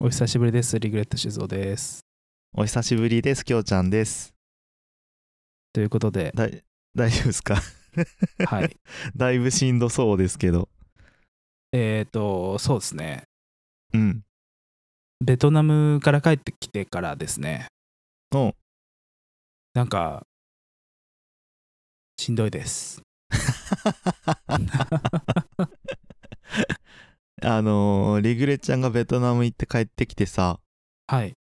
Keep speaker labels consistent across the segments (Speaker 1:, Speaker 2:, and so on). Speaker 1: お久しぶりです。リグレット静雄です。
Speaker 2: お久しぶりです、きょうちゃんです。
Speaker 1: ということで、
Speaker 2: だい大丈夫ですか
Speaker 1: はい。
Speaker 2: だいぶしんどそうですけど。
Speaker 1: えっと、そうですね。
Speaker 2: うん。
Speaker 1: ベトナムから帰ってきてからですね、
Speaker 2: お
Speaker 1: なんか、しんどいです。
Speaker 2: あのー、リグレちゃんがベトナム行って帰ってきてさ、
Speaker 1: はい。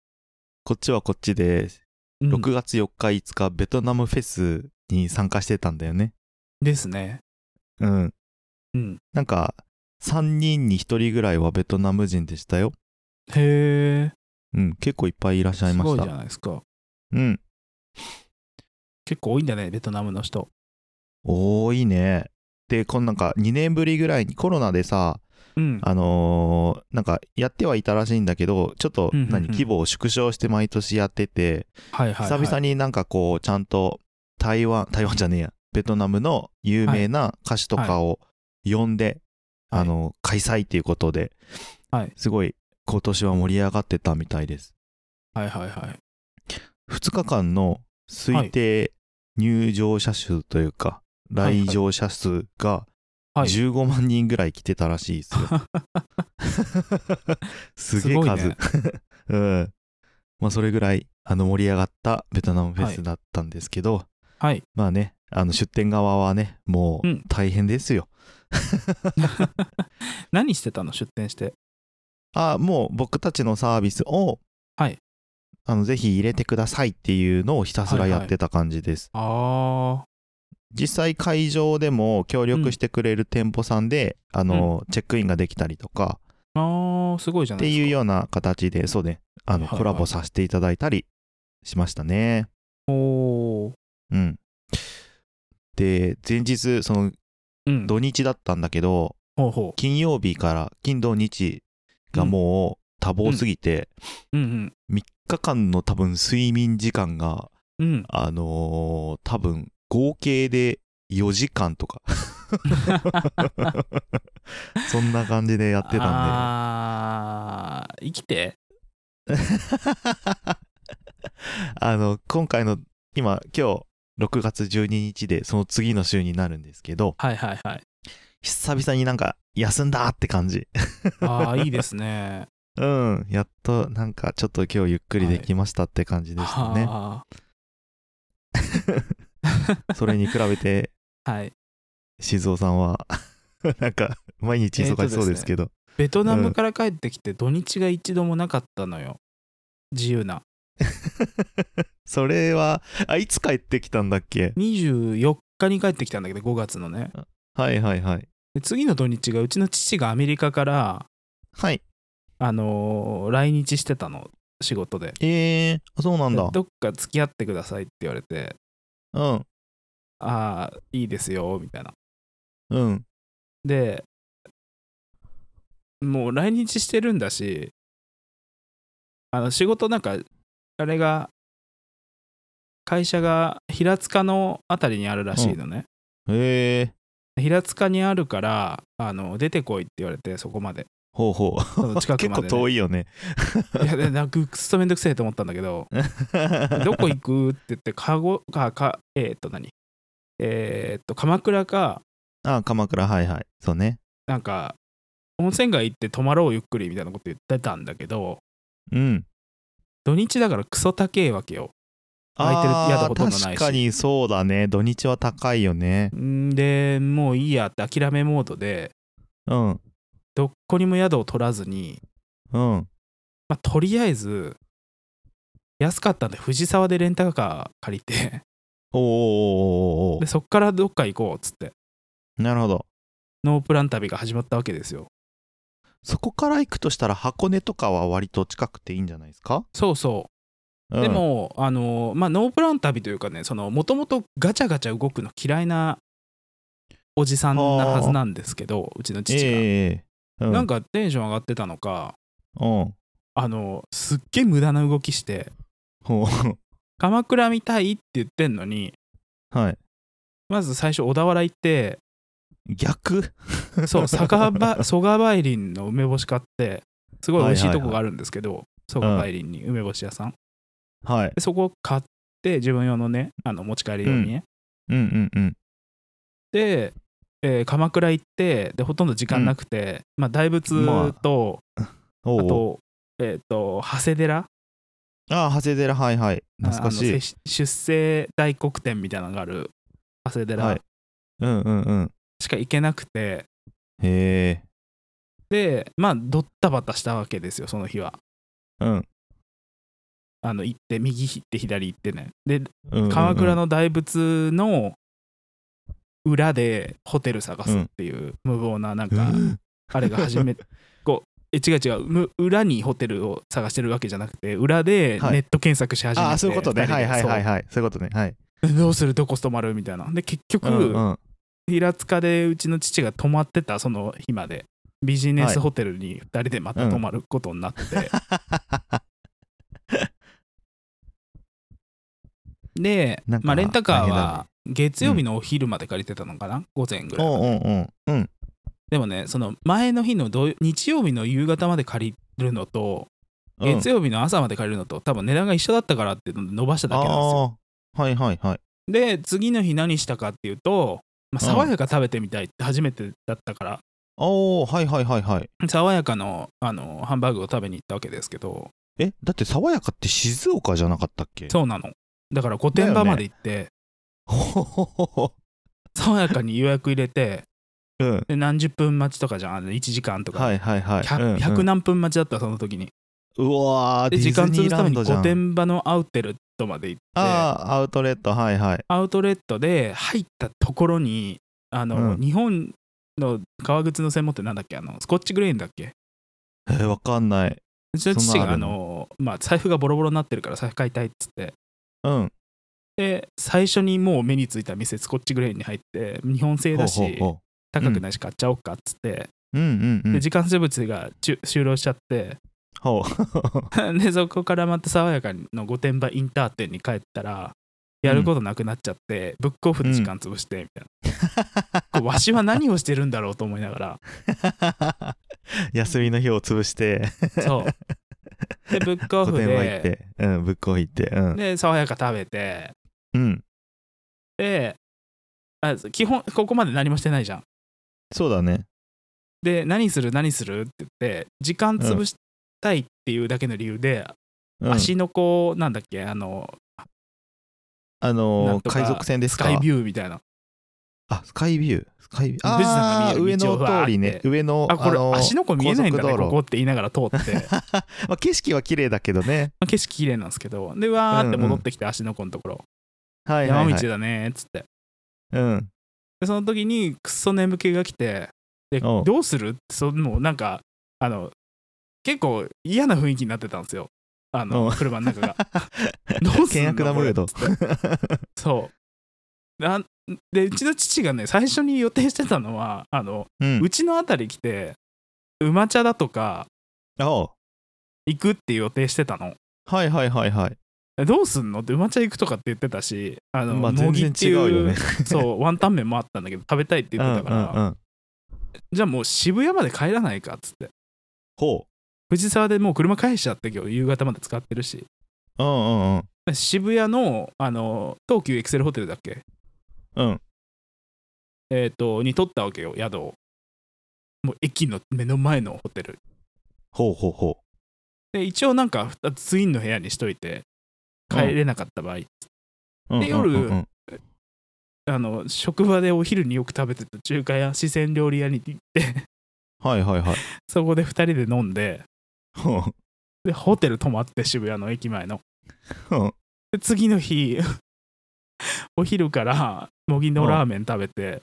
Speaker 2: こっちはこっちで、
Speaker 1: うん
Speaker 2: 6月4日5日、ベトナムフェスに参加してたんだよね。
Speaker 1: ですね。
Speaker 2: うん。
Speaker 1: うん。
Speaker 2: なんか、3人に1人ぐらいはベトナム人でしたよ。
Speaker 1: へえ。
Speaker 2: うん、結構いっぱいいらっしゃい
Speaker 1: す
Speaker 2: ま
Speaker 1: ご
Speaker 2: し
Speaker 1: いじ
Speaker 2: た。
Speaker 1: ゃないですか。
Speaker 2: うん。
Speaker 1: 結構多いんだね、ベトナムの人。
Speaker 2: 多いね。で、このなんか2年ぶりぐらいにコロナでさ、
Speaker 1: うん。
Speaker 2: あのーなんかやってはいたらしいんだけどちょっと
Speaker 1: うんうんうん
Speaker 2: 何規模を縮小して毎年やってて
Speaker 1: はいはい、はい。
Speaker 2: 久々になんかこうちゃんと台湾 台湾じゃねえやベトナムの有名な歌手とかを呼んで、
Speaker 1: はい
Speaker 2: あの開催っていうことで、
Speaker 1: はい
Speaker 2: すごい今年は盛り上がってたみたいです
Speaker 1: はいはいはい。
Speaker 2: 2日間の推定入場者数というか、
Speaker 1: はいはい
Speaker 2: 来場者数が
Speaker 1: はい
Speaker 2: 15万人ぐらい来てたらしいですよ、 すげえ数、
Speaker 1: ね。
Speaker 2: うん。まあ、それぐらい、あの、盛り上がったベトナムフェスだったんですけど、
Speaker 1: はい。
Speaker 2: まあね、あの、出店側はね、もう
Speaker 1: うん、
Speaker 2: 大変ですよ。
Speaker 1: 何してたの出店して。
Speaker 2: あ、もう、僕たちのサービスを、
Speaker 1: はい
Speaker 2: あの、ぜひ入れてくださいっていうのをひたすらやってた感じです。
Speaker 1: ああ。
Speaker 2: 実際、会場でも協力してくれる店舗さんで、あの、チェックインができたりとか、
Speaker 1: ああ、すごいじゃ
Speaker 2: っ
Speaker 1: ない
Speaker 2: て
Speaker 1: ですか。
Speaker 2: いうような形で、そうね、あ
Speaker 1: は
Speaker 2: の、
Speaker 1: いはい
Speaker 2: コラボさせていただいたりしましたね。
Speaker 1: おー
Speaker 2: うん。で、前日、その
Speaker 1: うん。
Speaker 2: 土日だったんだけど、
Speaker 1: ほうほ
Speaker 2: 金曜日から金土日がもう多忙すぎて、
Speaker 1: う。うん
Speaker 2: 3日間の多分睡眠時間が、
Speaker 1: うん。うん。
Speaker 2: あのー多分合計で4時間 とか。そんな感じでやってたん
Speaker 1: ああ、生きて。
Speaker 2: で。 あの、今回の、今、今日、6月12日で、その次の週になるんですけど、
Speaker 1: はいはいはい。
Speaker 2: 久々になんか休んだって感じ。
Speaker 1: ああ、いいですね。
Speaker 2: うん、やっとなんかちょっと今日ゆっくりできましたって感じ でしたね。
Speaker 1: は
Speaker 2: それに比べて、
Speaker 1: あはい。
Speaker 2: 静雄さんは なんか毎日忙しそうですけど。
Speaker 1: ベトナムから帰ってきて土日が一度もなかったのよ。自由な。
Speaker 2: それは、あ、いつ帰ってきたんだっけ
Speaker 1: 24日に帰ってきたんだけど、5月のね。
Speaker 2: はいはいはい。
Speaker 1: で次の土日がうちの父がアメリカから、
Speaker 2: はい。
Speaker 1: あのー来日してたの、仕事で。
Speaker 2: えー、あそうなん
Speaker 1: で
Speaker 2: だ。
Speaker 1: どっか付き合ってくださいって言われて、
Speaker 2: うん、
Speaker 1: ああ、いいですよ、みたいな。
Speaker 2: うん、
Speaker 1: で、もう来日してるんだし、あの仕事なんか、あれが、会社が平塚のあたりにあるらしいのね。
Speaker 2: えー、
Speaker 1: 平塚にあるから、あの出てこいって言われて、そこま で。
Speaker 2: ほうほ
Speaker 1: その
Speaker 2: う。
Speaker 1: 近く
Speaker 2: 結
Speaker 1: まで、
Speaker 2: 構
Speaker 1: ね。
Speaker 2: 遠いよね。
Speaker 1: いや、でなんかくっそめんどくせえと思ったんだけど、どこ行くって言って、かご、か、かえーっと何、えーっと、鎌倉か、
Speaker 2: あ、鎌倉、はいはい。そうね。
Speaker 1: なんか、温泉街行って泊まろうゆっくりみたいなこと言ってたんだけど、
Speaker 2: うん。
Speaker 1: 土日だからクソ高えわけよ。空いてる宿ほとんどないし
Speaker 2: あー確かにそうだね。土日は高いよね。
Speaker 1: んでもういいやって諦めモードで
Speaker 2: うん、
Speaker 1: どっこにも宿を取らずに、
Speaker 2: うん。
Speaker 1: まあ、とりあえず安かったんで藤沢でレンタカー借りて
Speaker 2: おーおーおーおーお
Speaker 1: でそっからどっか行こうっつって
Speaker 2: ーなるほど。
Speaker 1: ノープラン旅が始まったわけですよ。
Speaker 2: そこから行くとしたら箱根とかは割と近くていいんじゃないですか、
Speaker 1: そうそうう。
Speaker 2: ん
Speaker 1: で、も、あのまあノープラン旅というかねそのもともとガチャガチャ動くの嫌いなおじさんなはずなんですけどうちの
Speaker 2: ええ
Speaker 1: 父が、
Speaker 2: ええうん、
Speaker 1: なんかテンション上がってたのか
Speaker 2: うん、
Speaker 1: あのすっげえ無駄な動きして
Speaker 2: ほう
Speaker 1: 鎌倉見たいって言ってんのに
Speaker 2: はい。
Speaker 1: まず最初小田原行って
Speaker 2: 逆
Speaker 1: そう酒場蘇我梅林の梅干し買ってすごい美味しい
Speaker 2: はいはい
Speaker 1: と
Speaker 2: はい
Speaker 1: こがあるんですけど、そこ帰りに梅干し屋さん。
Speaker 2: はい。
Speaker 1: でそこを買って、自分用のね、あの持ち帰り用にね。
Speaker 2: うんうんうん。
Speaker 1: で、えー鎌倉行って、で、ほとんど時間なくて、まあ、大仏と、
Speaker 2: お
Speaker 1: あ
Speaker 2: うおう。
Speaker 1: と、えっ、と、長谷寺、
Speaker 2: ああ、長谷寺、はいはい。懐かし
Speaker 1: あの
Speaker 2: い。
Speaker 1: せ出世大黒天みたいなのがある長谷寺
Speaker 2: はいうんうんうん。
Speaker 1: しか行けなくて、
Speaker 2: へえ。
Speaker 1: でまあドッタバタしたわけですよその日は
Speaker 2: うん。
Speaker 1: あの行って右行って左行ってねで
Speaker 2: うんうんうん
Speaker 1: 鎌倉の大仏の裏でホテル探すっていう無謀ななんか
Speaker 2: うん
Speaker 1: あれが始 めこうえ違う違うむ裏にホテルを探してるわけじゃなくて裏で
Speaker 2: はい
Speaker 1: ネット検索し始めて、
Speaker 2: ああ、そういうことね。
Speaker 1: 二人
Speaker 2: は
Speaker 1: で
Speaker 2: いはいはい
Speaker 1: そ
Speaker 2: はい。そういうことね。はい。
Speaker 1: うどうするどこ泊まるみたいなで結局、
Speaker 2: うん
Speaker 1: 平塚でうちの父が泊まってたその日までビジネスホテルに2人でまた泊まることになって、で、
Speaker 2: なんか
Speaker 1: まあ、レンタカー
Speaker 2: 大変だ
Speaker 1: は月曜日のお昼まで借りてたのかな、午前ぐ
Speaker 2: う
Speaker 1: らいまで、
Speaker 2: ん。うんうんうん。うん。
Speaker 1: でもねその前の日の土日曜日の夕方まで借りるのと
Speaker 2: うん
Speaker 1: 月曜日の朝まで借りるのと多分値段が一緒だったからっていうので伸ばしただけなんですよ
Speaker 2: ああはいはいはい。
Speaker 1: で次の日何したかっていうと、まあ、
Speaker 2: うん
Speaker 1: 爽やか食べてみたいって初めてだったから、
Speaker 2: おおはいはいはいはい。
Speaker 1: 爽やかのあのハンバーグを食べに行ったわけですけど
Speaker 2: え、だって爽やかって静岡じゃなかったっけ
Speaker 1: そうなのだから御殿場まで行って、
Speaker 2: ほほほほ
Speaker 1: 爽やかに予約入れて
Speaker 2: うん。
Speaker 1: で何十分待ちとかじゃんあの1時間とか、
Speaker 2: はいはいはい。
Speaker 1: 100,
Speaker 2: うんうん
Speaker 1: 100何分待ちだったその時に
Speaker 2: うわー、デ
Speaker 1: で時
Speaker 2: ィズ
Speaker 1: 間潰
Speaker 2: ニ
Speaker 1: す
Speaker 2: ー
Speaker 1: た
Speaker 2: ラ
Speaker 1: め
Speaker 2: ン
Speaker 1: に
Speaker 2: ドじゃ
Speaker 1: 御
Speaker 2: ん。
Speaker 1: 殿場のアウテレットまで行って
Speaker 2: ああ、アウトレット、はいはい。
Speaker 1: アウトレットで入ったところにあの、
Speaker 2: うん
Speaker 1: 日本の革靴の専門店なんだっけあのスコッチグレーンだっけ
Speaker 2: えーわかんない。
Speaker 1: うちの父
Speaker 2: そん
Speaker 1: が
Speaker 2: なの
Speaker 1: あ
Speaker 2: あるの
Speaker 1: の、まあ、財布がボロボロになってるから財布買いたいっつって
Speaker 2: うん。
Speaker 1: で最初にもう目についた店スコッチグレーンに入って日本製だし
Speaker 2: ほうほうほ
Speaker 1: 高くないし買っちゃおうかっつって、
Speaker 2: ううんうんう
Speaker 1: で
Speaker 2: ん。
Speaker 1: 時間生物が終終了しちゃって
Speaker 2: ほ
Speaker 1: でそこからまた爽やかの御殿場インター店に帰ったらやることなくなっちゃって、ブックオフで時間潰してみたいな、こうわしは何をしてるんだろうと思いな が
Speaker 2: う。 休みの日を潰して、
Speaker 1: らそうでブックオ
Speaker 2: 御
Speaker 1: フ
Speaker 2: 殿場行
Speaker 1: で
Speaker 2: って、うん、ぶっこいって、うん。
Speaker 1: で爽やか食べて
Speaker 2: うん。
Speaker 1: であ基本ここまで何もしてないじゃん
Speaker 2: そうだね。
Speaker 1: で何する何するって言って時間潰したいっていうだけの理由で、
Speaker 2: うん
Speaker 1: 足のこうなんだっけあの
Speaker 2: あ
Speaker 1: な
Speaker 2: の
Speaker 1: ん
Speaker 2: ー
Speaker 1: とか
Speaker 2: 海賊船です
Speaker 1: ス
Speaker 2: か
Speaker 1: カイビューみたいな
Speaker 2: あ、スカイビュー。スカイビュー。
Speaker 1: 富士山が
Speaker 2: あ
Speaker 1: 見え
Speaker 2: ー
Speaker 1: る
Speaker 2: 上
Speaker 1: 道
Speaker 2: の
Speaker 1: をわーっ
Speaker 2: 通
Speaker 1: て
Speaker 2: りね。上の、
Speaker 1: あこれ
Speaker 2: のー
Speaker 1: 足の子見えないんだね
Speaker 2: 高速道
Speaker 1: こ
Speaker 2: 路
Speaker 1: こって言いながら通ってま
Speaker 2: まあ、景色は綺麗だけどね。
Speaker 1: あ景色綺麗なんですけどでわーって戻ってきて足の子のところ、
Speaker 2: はいはい、はい。
Speaker 1: 山道だねーっつって
Speaker 2: うん。
Speaker 1: でその時にクソ眠気が来てで
Speaker 2: お
Speaker 1: ど
Speaker 2: う
Speaker 1: うするってそもうなんかあの結構嫌な雰囲気になってたんですよあ
Speaker 2: お
Speaker 1: の
Speaker 2: う
Speaker 1: 車の中 がどうす
Speaker 2: 険
Speaker 1: る
Speaker 2: 悪なムード。
Speaker 1: そうなんでうちの父がね最初に予定してたのはあの、
Speaker 2: う。
Speaker 1: うんちの辺り来て馬茶だとか
Speaker 2: おう
Speaker 1: 行くっていう予定してたの
Speaker 2: はいはいはいはい。
Speaker 1: えどうすんのって馬茶行くとかって言ってたしあの、
Speaker 2: まあ
Speaker 1: 茂
Speaker 2: 全
Speaker 1: 木
Speaker 2: 然
Speaker 1: って
Speaker 2: 違
Speaker 1: いう
Speaker 2: よね。
Speaker 1: そうワンタン麺もあったんだけど食べたいって
Speaker 2: う
Speaker 1: 言っ
Speaker 2: んう
Speaker 1: て
Speaker 2: ん
Speaker 1: たから、
Speaker 2: うん。
Speaker 1: じゃあもう渋谷まで帰らないかっつって
Speaker 2: ほ
Speaker 1: 藤沢でもう車返しちゃって今日夕方まで使ってるし
Speaker 2: う。うんうんうん。
Speaker 1: 渋谷のあの東急エクセルホテルだっけ
Speaker 2: うん
Speaker 1: えっ、とに取ったわけよ宿をもう駅の目の前のホテル
Speaker 2: ほうほうほ
Speaker 1: で一応なんか2つツインの部屋にしといて帰れなかった場合、
Speaker 2: う。うん
Speaker 1: で夜
Speaker 2: うんうん
Speaker 1: あの職場でお昼によく食べてた中華屋四川料理屋に行って
Speaker 2: はいはい はい。
Speaker 1: そこで2人で飲んで
Speaker 2: ほう
Speaker 1: でホテル泊まって渋谷の駅前の
Speaker 2: ほう
Speaker 1: で次の日 お昼から茂木のラーメン食べて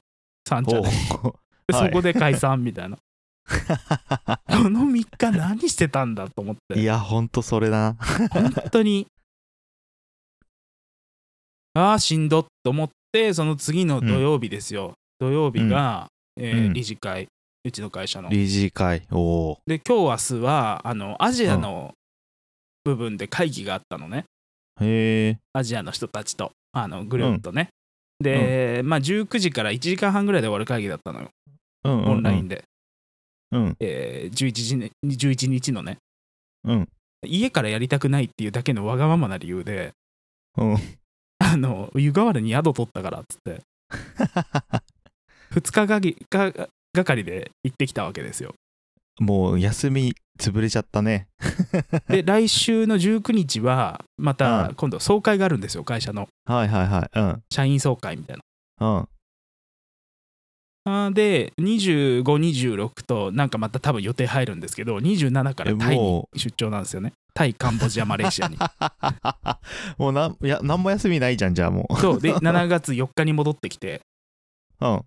Speaker 1: 三
Speaker 2: ほ
Speaker 1: 茶
Speaker 2: う
Speaker 1: で
Speaker 2: ほう。
Speaker 1: で
Speaker 2: はい
Speaker 1: そこで解散みた いなこの3日何してたんだと思っ
Speaker 2: い
Speaker 1: て
Speaker 2: や、ほんとそれだな。
Speaker 1: 本当にああしんどっと思ってその次の土曜日ですよ、土曜日が、えー
Speaker 2: うん
Speaker 1: 理事会うちの会社の
Speaker 2: 理事会。おお。
Speaker 1: で今日明日はあのアジアの部分で会議があったのね
Speaker 2: へえ。
Speaker 1: アジアの人たちとあのグループとね、で、まあ19時から1時間半ぐらいで終わる会議だったのよ
Speaker 2: うんうんうん。
Speaker 1: オンラインで、
Speaker 2: うん。
Speaker 1: えー11時ね、11日のね、
Speaker 2: うん。
Speaker 1: 家からやりたくないっていうだけのわがままな理由で、
Speaker 2: うん。
Speaker 1: あの、湯河原に宿取ったからっつって、2日がぎががかりで行ってきたわけですよ。
Speaker 2: もう休み潰れちゃったね。
Speaker 1: で、来週の19日は、また今度、総会があるんですよ、会社の。
Speaker 2: はいはいはい。うん。
Speaker 1: 社員総会みたいな。
Speaker 2: うん。
Speaker 1: あーで、25、26と、なんかまた多分予定入るんですけど、27からタイ
Speaker 2: え
Speaker 1: に
Speaker 2: も
Speaker 1: 出張なんですよね。タイ、カンボジア、マレーシアに。
Speaker 2: う、もうなんいやなんも休みないじゃん、じゃあも
Speaker 1: そう、で、7月4日に戻ってきて、
Speaker 2: う。うん。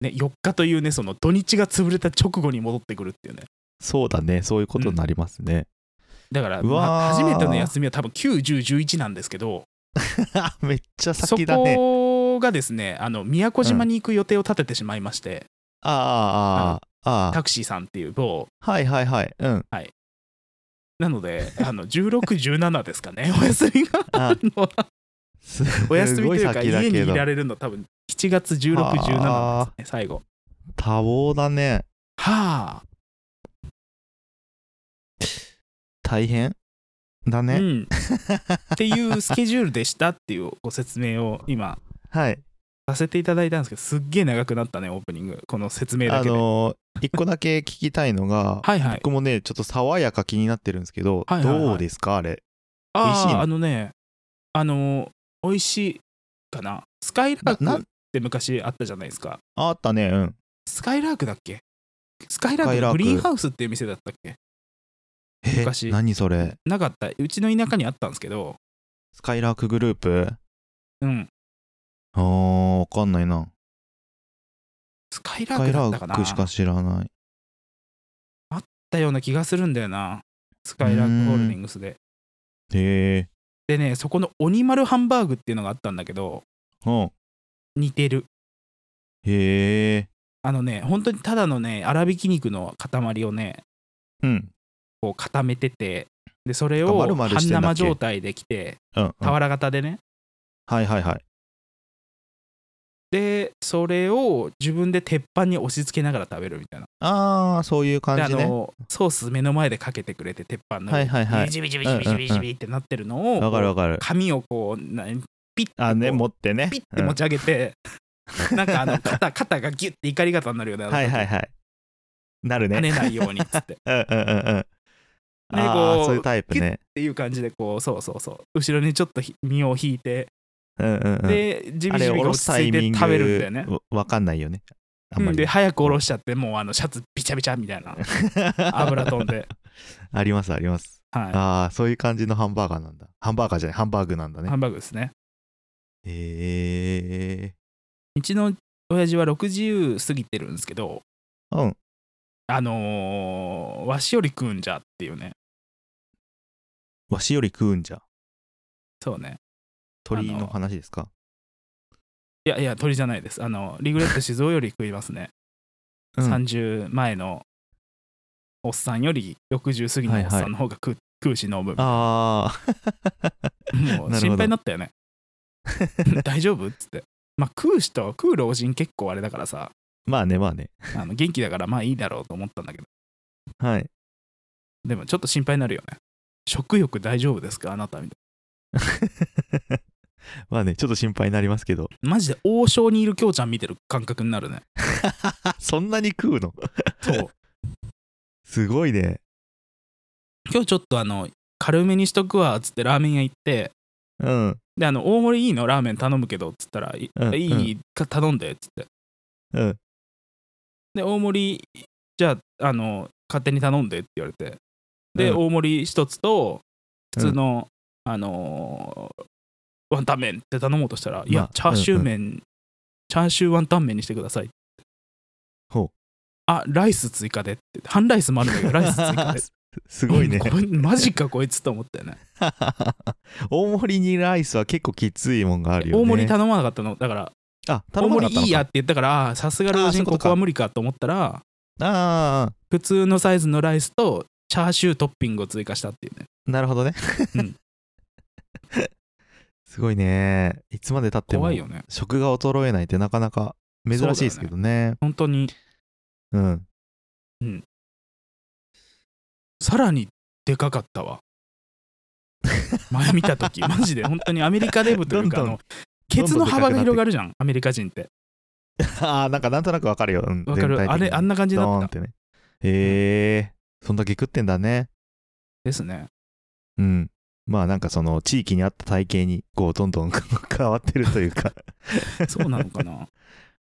Speaker 1: ね、4日というね、その土日が潰れた直後に戻ってくるっていうね。
Speaker 2: そうだね。そういうことになりますね。
Speaker 1: だから、
Speaker 2: うわー
Speaker 1: まあ初めての休みは多分9、10、11なんですけど、
Speaker 2: めっちゃ
Speaker 1: そ
Speaker 2: 先だね。
Speaker 1: こがですね、あの宮古島に行く予定を立ててしまいまして、
Speaker 2: ああ、ああ、あ
Speaker 1: タクシーさんっていう某、
Speaker 2: あ。はいはいはい。うん。
Speaker 1: なので、あの16、17ですかね、お 休みがあ るのは。
Speaker 2: す
Speaker 1: お休みという
Speaker 2: す
Speaker 1: か、
Speaker 2: ご先だ
Speaker 1: 家
Speaker 2: け
Speaker 1: にい
Speaker 2: ど
Speaker 1: られるの多分7月16、17なんですね、最後。
Speaker 2: 多忙だね。
Speaker 1: は
Speaker 2: 大変だ
Speaker 1: あ、う
Speaker 2: ね。
Speaker 1: ん。っていうスケジュールでしたっていうご説明を今
Speaker 2: はい。
Speaker 1: させていただいたんですけど、すっげえ長くなったね、オープニング。この説明だ
Speaker 2: あ
Speaker 1: けで。、
Speaker 2: のー、一個だけ聞きたいのが
Speaker 1: はいはい
Speaker 2: 僕もね、ちょっと爽やか気になってるんですけど、
Speaker 1: はいはいはい
Speaker 2: どうですか、あれ。
Speaker 1: あ
Speaker 2: 美味しい
Speaker 1: ー
Speaker 2: の
Speaker 1: あのね、あの、美味しいかな。スカイラー
Speaker 2: な
Speaker 1: ク
Speaker 2: な
Speaker 1: って昔あったじゃないですか。
Speaker 2: あったね、うん。
Speaker 1: スカイラークだっけスカイラ
Speaker 2: スカイ
Speaker 1: ー
Speaker 2: ラー
Speaker 1: ク
Speaker 2: ク
Speaker 1: グリーンハウスっていう店だったっけ
Speaker 2: え
Speaker 1: 昔
Speaker 2: 何それ
Speaker 1: なかった。うちの田舎にあったんですけど、
Speaker 2: スカイラークグループ
Speaker 1: うん。
Speaker 2: あー、わかんないな。
Speaker 1: スカイ
Speaker 2: ス
Speaker 1: ラー
Speaker 2: カイ
Speaker 1: クだ
Speaker 2: ラ
Speaker 1: ったかな。
Speaker 2: ークしか知らない。
Speaker 1: ったような気がするんだよな。スカイラークホールディングスで。
Speaker 2: へえ。
Speaker 1: でね、そこの鬼丸ハンバーグっていうのがあったんだけど、
Speaker 2: うん。
Speaker 1: 似てる。
Speaker 2: へえ。
Speaker 1: あのね、本当にただのね、粗挽き肉の塊をね、
Speaker 2: うん。
Speaker 1: こう固めてて、で、それを
Speaker 2: 丸々
Speaker 1: 半
Speaker 2: してんだっけ
Speaker 1: 生状態できて、
Speaker 2: うん、うん。
Speaker 1: 俵型でね。
Speaker 2: はいはいはい。
Speaker 1: で、それを自分で鉄板に押し付けながら食べるみたいな。
Speaker 2: あー、そうい
Speaker 1: で、
Speaker 2: う
Speaker 1: あ
Speaker 2: 感じね。
Speaker 1: の、ソース目の前でかけてくれて、鉄板の上に。
Speaker 2: はいはいはい
Speaker 1: ビチビチビチビチビチビチってなってるのを、
Speaker 2: わかるわかる。
Speaker 1: 紙をこう、何ピッてこう
Speaker 2: あ、ね、持ってね。
Speaker 1: ピッて持ち上げて、なんかあの肩肩がギュッて怒り方になるよね。
Speaker 2: うんはいはいはい。なるね。
Speaker 1: 跳ねないようにっつって。っ
Speaker 2: うんうんうんうん。あ
Speaker 1: こ
Speaker 2: あ、
Speaker 1: う
Speaker 2: そういうタイプね。
Speaker 1: ていう感じでこうそうそうそう後ろにちょっとひ身を引いて、
Speaker 2: うんうんうん。
Speaker 1: でジ
Speaker 2: あ
Speaker 1: ビ
Speaker 2: れ、
Speaker 1: ジ
Speaker 2: お
Speaker 1: ビが
Speaker 2: ろ
Speaker 1: 落
Speaker 2: す
Speaker 1: ち
Speaker 2: タ
Speaker 1: 着
Speaker 2: イ
Speaker 1: い
Speaker 2: ミ
Speaker 1: て
Speaker 2: ング
Speaker 1: 食べるんだよね。
Speaker 2: わわかんないよね。あんま
Speaker 1: うん
Speaker 2: り。
Speaker 1: で 早くおろしちゃってもうあのシャツびちゃびちゃみたいな油飛んで、
Speaker 2: ありますあります。
Speaker 1: は
Speaker 2: ああ、そういう感じのハンバーガーなんだ。ハンバーガーじゃない、ハンバーグなんだ
Speaker 1: い、
Speaker 2: ね
Speaker 1: ハ。ンバーグですね。
Speaker 2: へえ。
Speaker 1: うちの親父は60過ぎてるんですけど
Speaker 2: うん。
Speaker 1: あのーわしより食うんじゃっていうね
Speaker 2: わしより食うんじゃ。
Speaker 1: そうね
Speaker 2: 鳥
Speaker 1: あ
Speaker 2: の
Speaker 1: の
Speaker 2: 話ですか
Speaker 1: いやいや鳥じゃないですあのリグレット静雄より食いますね
Speaker 2: うん
Speaker 1: 30前のおっさんより60過ぎのおっさんの方が食,、う食うし飲む
Speaker 2: ああ。
Speaker 1: も
Speaker 2: なるほど
Speaker 1: う心配になったよ ね大丈夫っつってまあ食う人食う老人結構あれだからさ
Speaker 2: まあね、まあね。
Speaker 1: あの元気だからまあいいだろうと思ったんだけど
Speaker 2: はい。
Speaker 1: でもちょっと心配になるよね食欲大丈夫ですかあなたみたい
Speaker 2: まあね、ちょっと心配になりますけど。
Speaker 1: なマジで王将にいる京ちゃん見てる感覚になるね
Speaker 2: そんなに食うの
Speaker 1: そう
Speaker 2: すごいね。
Speaker 1: 今日ちょっとあの軽めにしとくわっつってラーメン屋行って
Speaker 2: うん。
Speaker 1: であの大盛りいいのラーメン頼むけどっつったらい,、
Speaker 2: うん
Speaker 1: いいか頼んでっつって
Speaker 2: うん。
Speaker 1: で大盛りじゃああの勝手に頼んでって言われてで、
Speaker 2: うん
Speaker 1: 大盛り一つと普通の、あのーワンタン麺って頼もうとしたら、い
Speaker 2: ま
Speaker 1: や
Speaker 2: あ
Speaker 1: チャーシュー麺、チャーシューワンタン麺にしてくださいって
Speaker 2: ほう
Speaker 1: あライス追加でって半ライスもあるんだけ どライス追加で
Speaker 2: すごいね。
Speaker 1: こいマジかこいつと思ったよね
Speaker 2: 大盛りにライスは結構きついもんがあるよね。
Speaker 1: 大盛り頼まなかったのだから
Speaker 2: あ、頼
Speaker 1: 大
Speaker 2: まな
Speaker 1: 盛
Speaker 2: かっ
Speaker 1: り
Speaker 2: たのか
Speaker 1: いいやっ。て言ったからあーさすが老
Speaker 2: あーそ
Speaker 1: 人
Speaker 2: ういうこ
Speaker 1: こと
Speaker 2: か
Speaker 1: こは無理かと思ったら
Speaker 2: あ
Speaker 1: 普通のサイズのライスとチャーシュートッピングを追加したっていうね
Speaker 2: あ、なるほどね。
Speaker 1: うん
Speaker 2: すごいね。いつまで経っても
Speaker 1: 怖いよね
Speaker 2: 食が衰えないってなかなか珍しいですけどね。
Speaker 1: 本当に
Speaker 2: うん。
Speaker 1: さらにでかかったわ 前見た 時マジで本当にアメリカデブというか
Speaker 2: どんどん
Speaker 1: あのケツの幅
Speaker 2: どんどんでかくなって
Speaker 1: が
Speaker 2: く
Speaker 1: 広がるじゃんアメリカ人って
Speaker 2: ああ、なんかなんとなくわかるよ。うん、
Speaker 1: わかる
Speaker 2: 全体的
Speaker 1: あ
Speaker 2: に
Speaker 1: れあんな感じだ
Speaker 2: ドー
Speaker 1: っ
Speaker 2: ンったてね。へえ、そんだけ食ってんだね。
Speaker 1: ですね
Speaker 2: うん。まあなんかその地域に合った体型にこうどんどん 変わってるというか。
Speaker 1: そうなのかな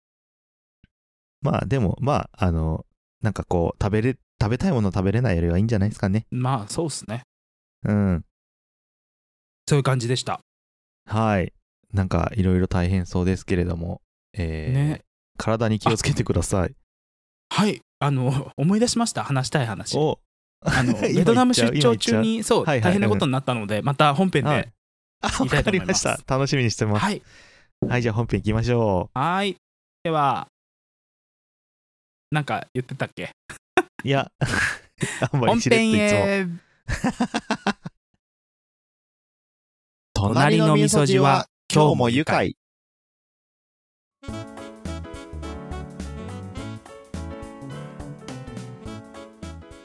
Speaker 2: まあでも、まああの、なんかこう食べれ、食べたいもの食べれないよりはいいんじゃないですかね。
Speaker 1: まあそうっすね
Speaker 2: うん。
Speaker 1: そういう感じでした
Speaker 2: はい。なんかいろいろ大変そうですけれども、えー
Speaker 1: ね
Speaker 2: 体に気をつけてください。
Speaker 1: はいあの思い出しました話したい話
Speaker 2: お
Speaker 1: あの
Speaker 2: 今言っちゃう
Speaker 1: ベトナム出張中にそう、
Speaker 2: はいはい
Speaker 1: 大変なことになっなったので、また本編で
Speaker 2: は
Speaker 1: はいい
Speaker 2: あ、
Speaker 1: 言
Speaker 2: わ
Speaker 1: いた
Speaker 2: か
Speaker 1: いと思
Speaker 2: り
Speaker 1: いま
Speaker 2: ますした。楽しみにしてます。
Speaker 1: はい、
Speaker 2: はい、じゃあ本編行きましょ
Speaker 1: ではなんか言ってたっけ
Speaker 2: う。い や、あんま
Speaker 1: 本
Speaker 2: りしれっ
Speaker 1: 編
Speaker 2: といつ
Speaker 1: へ
Speaker 2: も。
Speaker 1: 隣の味噌汁は今日も愉快。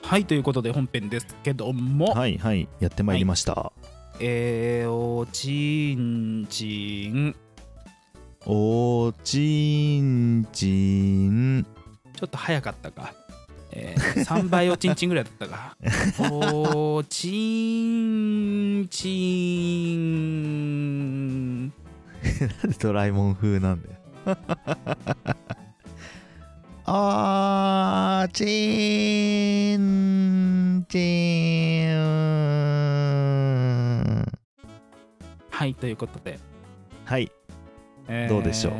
Speaker 1: はいということで本編ですけども、
Speaker 2: はいはい、やってまいりました。
Speaker 1: えー、おちんちん
Speaker 2: おーちんちん。
Speaker 1: ちょっと早かったか、えー、3倍おちんちんぐらいだったかおちんちん
Speaker 2: ドラえもん風なんだよ。 あーちーんちーん。
Speaker 1: はいということで、
Speaker 2: はい、
Speaker 1: えー
Speaker 2: どうでしょ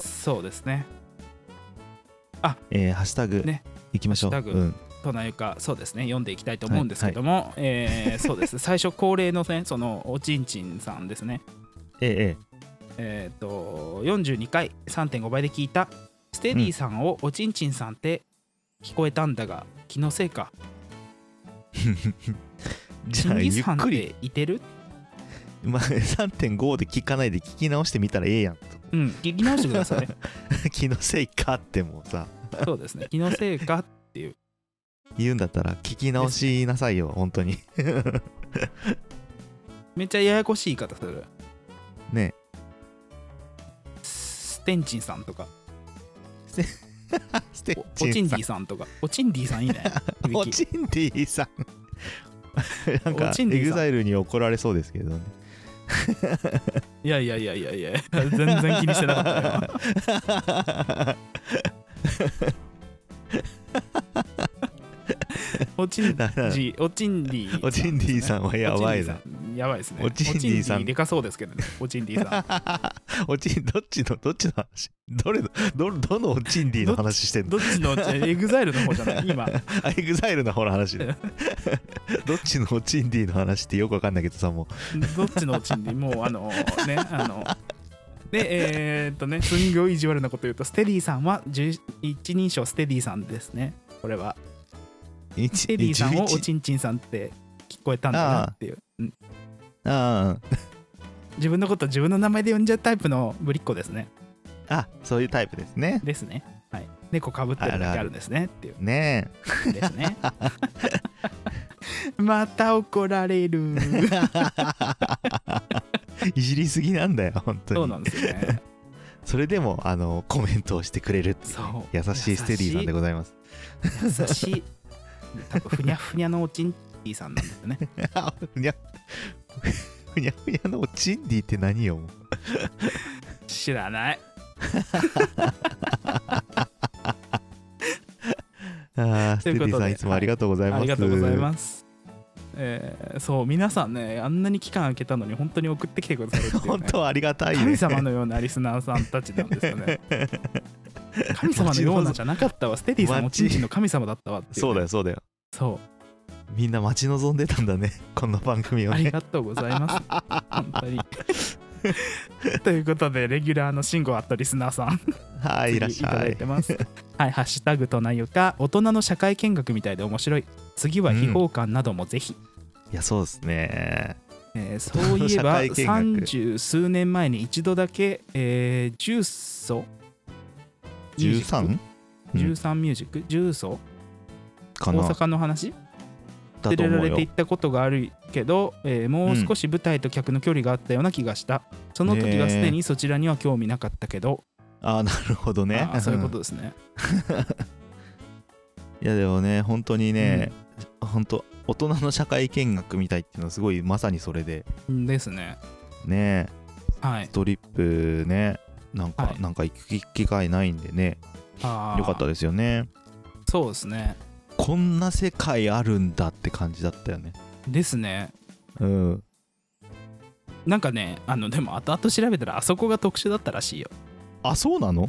Speaker 1: そうですね
Speaker 2: えーハッシュタグ、
Speaker 1: ね
Speaker 2: いきましょう。
Speaker 1: ハッシュタグ
Speaker 2: うん、
Speaker 1: となゆかそうですね読んでいきたいと思うんですけども、えーそうです最初恒例のねそのおちんちんさんですね
Speaker 2: えええ
Speaker 1: えっ、と42回3.5倍で聞いたステディさんをおちんちんさんって聞こえたんだが気のせいか
Speaker 2: え。 じ
Speaker 1: チ
Speaker 2: ゃ
Speaker 1: ン
Speaker 2: あ、
Speaker 1: ギ
Speaker 2: ゆ
Speaker 1: ス
Speaker 2: っ
Speaker 1: ハンっ
Speaker 2: くり、
Speaker 1: ていてる
Speaker 2: まあ、3.5で聞かないで聞き直してみたらええやん。
Speaker 1: うん聞き直してください
Speaker 2: 気のせいかってもうさ、
Speaker 1: そうですね気のせいか
Speaker 2: 言うんだったら聞き直しなさいよ、本当に。
Speaker 1: めっちゃややこしい言い方する
Speaker 2: ねえ
Speaker 1: ステンチンさんとか
Speaker 2: ステ
Speaker 1: お
Speaker 2: ッ
Speaker 1: お
Speaker 2: チ
Speaker 1: ちん
Speaker 2: ン
Speaker 1: デ
Speaker 2: さ
Speaker 1: ィさんとかおちんディさんいい ね
Speaker 2: ん。おちんデ ィさん。なん
Speaker 1: お
Speaker 2: か、
Speaker 1: ち
Speaker 2: エ
Speaker 1: んディ
Speaker 2: グ
Speaker 1: さん
Speaker 2: ザイルに怒られそうですけどね。
Speaker 1: いやいやいやいやいや全然気にしてなかったよおちんじおちんり
Speaker 2: おちんディさんはやばいな。
Speaker 1: なやばいですね
Speaker 2: おちんりさん
Speaker 1: おりでかそうですけど ねおちんりさん
Speaker 2: おちん、どっちの、どっちの話どれの、ど、どのおちんディの話してんの
Speaker 1: どっちのエグザイルの方じゃない今
Speaker 2: あエグザイルの方の 話ねどっちのおちんディの話ってよくわかんないけどさ、も
Speaker 1: どっちのおちんりもうあのねあのでえーっとねすんごい意地悪なこと言うとステディさんは十一人称ステディさんですねこれは
Speaker 2: う、
Speaker 1: ステディさんをお
Speaker 2: 11
Speaker 1: ちんちんさんって聞こえたんだなっていううん
Speaker 2: ああ
Speaker 1: 自分のこと自分の名前で呼んじゃうタイプのぶりっ子ですね
Speaker 2: あ、そういうタイプですね。
Speaker 1: ですねはい猫かぶってるだけあるんですねっていう
Speaker 2: ね
Speaker 1: です ねまた怒られる
Speaker 2: え。いじりすぎなんだよ、本当に。
Speaker 1: そうなんですよ ね
Speaker 2: それでもあのコメントをしてくれるっていう
Speaker 1: そう
Speaker 2: 優しいステディさんでございます。
Speaker 1: 優しい多分ふにゃふにゃのおちんちんさんなんですよね
Speaker 2: あふにゃふにゃふにゃのおチンディって何よ。もう
Speaker 1: 知らない
Speaker 2: あー ス
Speaker 1: とい
Speaker 2: テ
Speaker 1: う
Speaker 2: デ
Speaker 1: ことで
Speaker 2: ィさんいつもありがとうございます。
Speaker 1: ありがとうございますえーそう皆さんねあんなに期間空けたのに本当に送ってきてくださるっていう、
Speaker 2: 本
Speaker 1: ね、
Speaker 2: 当はありがたい、ね。
Speaker 1: 神様のようなリスナーさんたちなんですよ ね神様のようなじゃなかったわステディさんおちんちんの神様だったわっていうね、
Speaker 2: そうだよそうだよ。
Speaker 1: そう
Speaker 2: みんな待ち望んでたんだねこの番組を
Speaker 1: あり
Speaker 2: ね。
Speaker 1: がとうございます。本 当に。ということで、レギュラーの慎吾あったリスナーさん、
Speaker 2: はいいらっし
Speaker 1: 次た
Speaker 2: ゃ
Speaker 1: だい
Speaker 2: い
Speaker 1: て。ます。 はい、ハッシュタグとなゆか、大人の社会見学みたいで面白い。次は秘宝館などもぜひ。
Speaker 2: いやそうですね。
Speaker 1: えーそういえば、
Speaker 2: 大人の社会見
Speaker 1: 三
Speaker 2: 学
Speaker 1: 十数年前に一度だけ、えー、重曹
Speaker 2: 十三？うん
Speaker 1: 13ミュージック重曹
Speaker 2: か
Speaker 1: 大
Speaker 2: な
Speaker 1: 阪の話
Speaker 2: だ
Speaker 1: 連
Speaker 2: と
Speaker 1: れら
Speaker 2: 思う
Speaker 1: れ
Speaker 2: よ
Speaker 1: ていったことがあるけど、えーもう少し舞台と客の距離があったような気がした、その時はすでにそちらには興味なかったけど、
Speaker 2: ああなるほどね
Speaker 1: あーそういうことですね、
Speaker 2: いやでもね本当にね、本当大人の社会見学みたいっていうのはすごいまさにそれで
Speaker 1: ですね
Speaker 2: ね
Speaker 1: はい
Speaker 2: ストリップねなんか、
Speaker 1: はい
Speaker 2: なんか行く機会ないんでね
Speaker 1: あー
Speaker 2: よかったですよね
Speaker 1: そうですね
Speaker 2: こんな世界あるんだって感じだったよね
Speaker 1: ですね
Speaker 2: うん
Speaker 1: なんかねあのでも後々調べたらあそこが特殊だったらしいよ
Speaker 2: あそうなの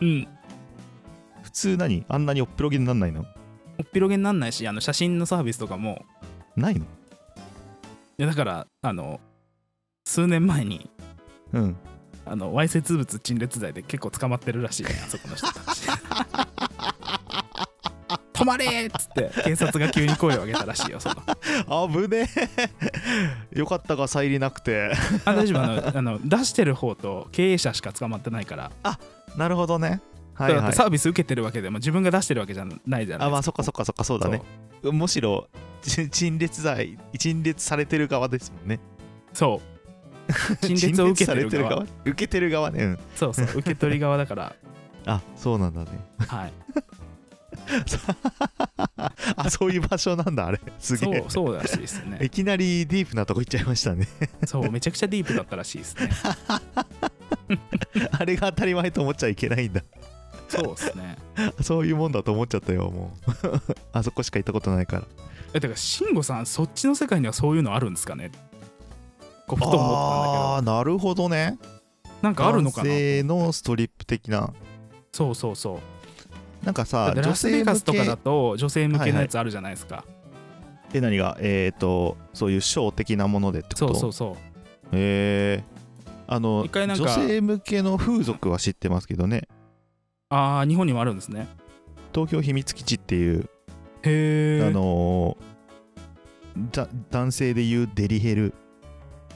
Speaker 1: うん
Speaker 2: 普通何あんなにおっぴろげになんないの
Speaker 1: おっぴろげになんないしあの写真のサービスとかも
Speaker 2: ないの
Speaker 1: いやだからあの数年前に
Speaker 2: うん
Speaker 1: あのわいせつ物陳列罪で結構捕まってるらしいねあそこの人たち 止まれーっつって警察が急に声を上げたらしいよその
Speaker 2: あぶねえ よかったがさ入りなくて
Speaker 1: あ大丈夫あのあの出してる方と経営者しか捕まってないから、
Speaker 2: なるほどねはい
Speaker 1: だか
Speaker 2: は
Speaker 1: ら
Speaker 2: い
Speaker 1: サービス受けてるわけでも自分が出してるわけじゃないじゃないですか
Speaker 2: あまあそっかそっかそっかそうだねむしろち陳列罪陳列されてる側ですもんね
Speaker 1: そう 陳列を受けてる
Speaker 2: 陳列され
Speaker 1: 側
Speaker 2: 側受けてる側ねうん
Speaker 1: そうそう受け取り側だから
Speaker 2: あそうなんだね
Speaker 1: はい
Speaker 2: あそういう場所なんだあれすげ
Speaker 1: そ
Speaker 2: え
Speaker 1: うそうらしいですね
Speaker 2: いきなりディープなとこ行っちゃいましたね
Speaker 1: そうめちゃくちゃディープだったらしいですね
Speaker 2: あれが当たり前と思っちゃいけないんだ
Speaker 1: そうですね
Speaker 2: そういうもんだと思っちゃったよもう あそこしか行ったことないから
Speaker 1: えだから慎吾さんそっちの世界にはそういうのあるんですかねこうふと思ったんだ
Speaker 2: あーなるほどね
Speaker 1: けどなんかあるのか
Speaker 2: 男
Speaker 1: な
Speaker 2: 性のストリップ的な
Speaker 1: そうそうそう
Speaker 2: なんか
Speaker 1: だ
Speaker 2: さ
Speaker 1: って
Speaker 2: 女
Speaker 1: ラス
Speaker 2: 性
Speaker 1: ベガス
Speaker 2: 向
Speaker 1: とか
Speaker 2: け
Speaker 1: だと女性向けのやつあるじゃないですか、
Speaker 2: え何がえっ、とそういうショー的なものでってこと
Speaker 1: そうそうそう
Speaker 2: へえあの
Speaker 1: 一回なんか
Speaker 2: 女性向けの風俗は知ってますけどね
Speaker 1: ああ日本にもあるんですね
Speaker 2: 東京秘密基地っていう、
Speaker 1: へえ
Speaker 2: あのーだ男性でいうデリヘル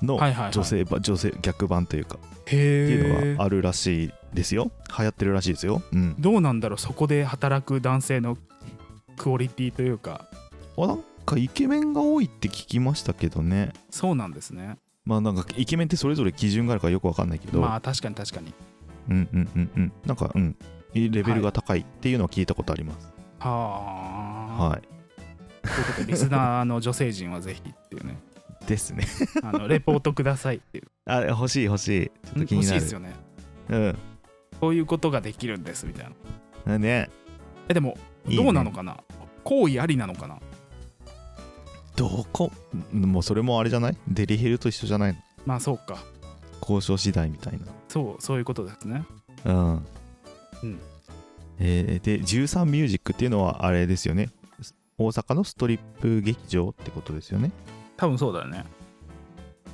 Speaker 2: の
Speaker 1: はいはいはい
Speaker 2: 女性ば、女性逆版というかっ
Speaker 1: へ
Speaker 2: ていう
Speaker 1: え
Speaker 2: のがあるらしいですよ流行ってるらしいですよ、うん、
Speaker 1: どうなんだろうそこで働く男性のクオリティというか
Speaker 2: あなんかイケメンが多いって聞きましたけどね
Speaker 1: そうなんですね
Speaker 2: まあなんかイケメンってそれぞれ基準があるからよくわかんないけど、
Speaker 1: まあ確かに確かに
Speaker 2: うんうんうんうんなんかうんレベルが高いっていうのは聞いたことあります、
Speaker 1: はあ、
Speaker 2: はい
Speaker 1: ということでリスナーの女性陣はぜひっていうね
Speaker 2: ですね
Speaker 1: あのレポートくださいっ ていう
Speaker 2: あ欲しい欲しいちょっと気
Speaker 1: 欲し
Speaker 2: に
Speaker 1: い
Speaker 2: なる
Speaker 1: ですよねこういうことができるんですみたいな
Speaker 2: うんね
Speaker 1: えでも
Speaker 2: いいね
Speaker 1: どうなのかな行為ありなのかな
Speaker 2: どこもうそれもあれじゃないデリヘルと一緒じゃないの
Speaker 1: まあそうか
Speaker 2: 交渉次第みたい
Speaker 1: そうそういうことですね
Speaker 2: なうん、
Speaker 1: うん
Speaker 2: えーで13ミュージックっていうのはあれですよね大阪のストリップ劇場ってことですよね
Speaker 1: 多分そうだよね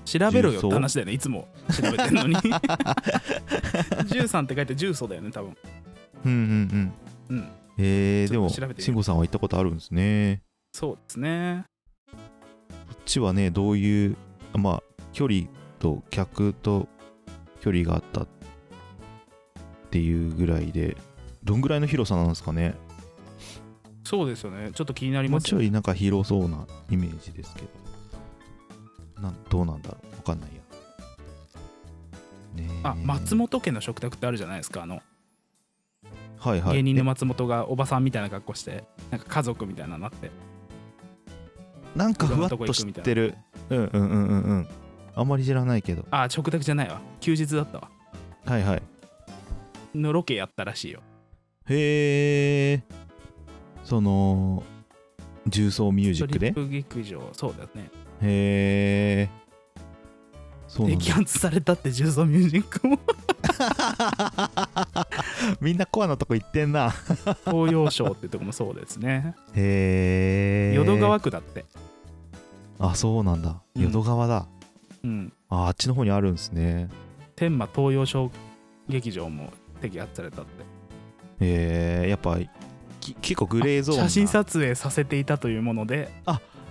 Speaker 1: 調べろよって話だよねいつも調べてんの に13って書いて重曹だよね多分
Speaker 2: うんうん
Speaker 1: う
Speaker 2: うん
Speaker 1: ん
Speaker 2: えー、
Speaker 1: ち
Speaker 2: で
Speaker 1: ょっ
Speaker 2: も
Speaker 1: と調べてみよう
Speaker 2: 慎吾さんは行ったことあるんですね
Speaker 1: そうですね
Speaker 2: こっちはねどういうまあ距離と客と距離があったっていうぐらいでどんぐらいの広さなんですかね
Speaker 1: そうですよねちょっと気になり
Speaker 2: も
Speaker 1: ま
Speaker 2: う
Speaker 1: す
Speaker 2: ちょいなんか広そうなイメージですけどなんどうなんだろうわかんないやねえ
Speaker 1: あ松本家の食卓ってあるじゃないですかあの
Speaker 2: はいはい
Speaker 1: 芸人の
Speaker 2: え
Speaker 1: 松本がおばさんみたいな格好してなんか家族みたいなのになって
Speaker 2: なんか
Speaker 1: いろん
Speaker 2: ふ
Speaker 1: な
Speaker 2: わっ
Speaker 1: とこと行く
Speaker 2: 知っ
Speaker 1: みたいな
Speaker 2: てるうんうんうんうんうんあんまり知らないけど
Speaker 1: あ食卓じゃないわ休日だったわ
Speaker 2: はいはい
Speaker 1: のロケやったらしいよ
Speaker 2: へえその重曹ミュ
Speaker 1: ス
Speaker 2: ージ
Speaker 1: ト
Speaker 2: ッ
Speaker 1: リ
Speaker 2: クで
Speaker 1: ップ劇場そうだよね
Speaker 2: へえそうなんだ
Speaker 1: 摘発されたって重曹ミュージック も
Speaker 2: みんなコアのとこ行ってんな
Speaker 1: 東洋省ってとこもそうですね
Speaker 2: へえ
Speaker 1: 淀川区だって
Speaker 2: あそうなんだ
Speaker 1: うん
Speaker 2: 淀川だ、
Speaker 1: うん
Speaker 2: ああっちの方にあるんですね
Speaker 1: 天満東洋省劇場も摘発されたって
Speaker 2: えー、やっぱき結構グレーゾーンな
Speaker 1: 写真撮影させていたというもので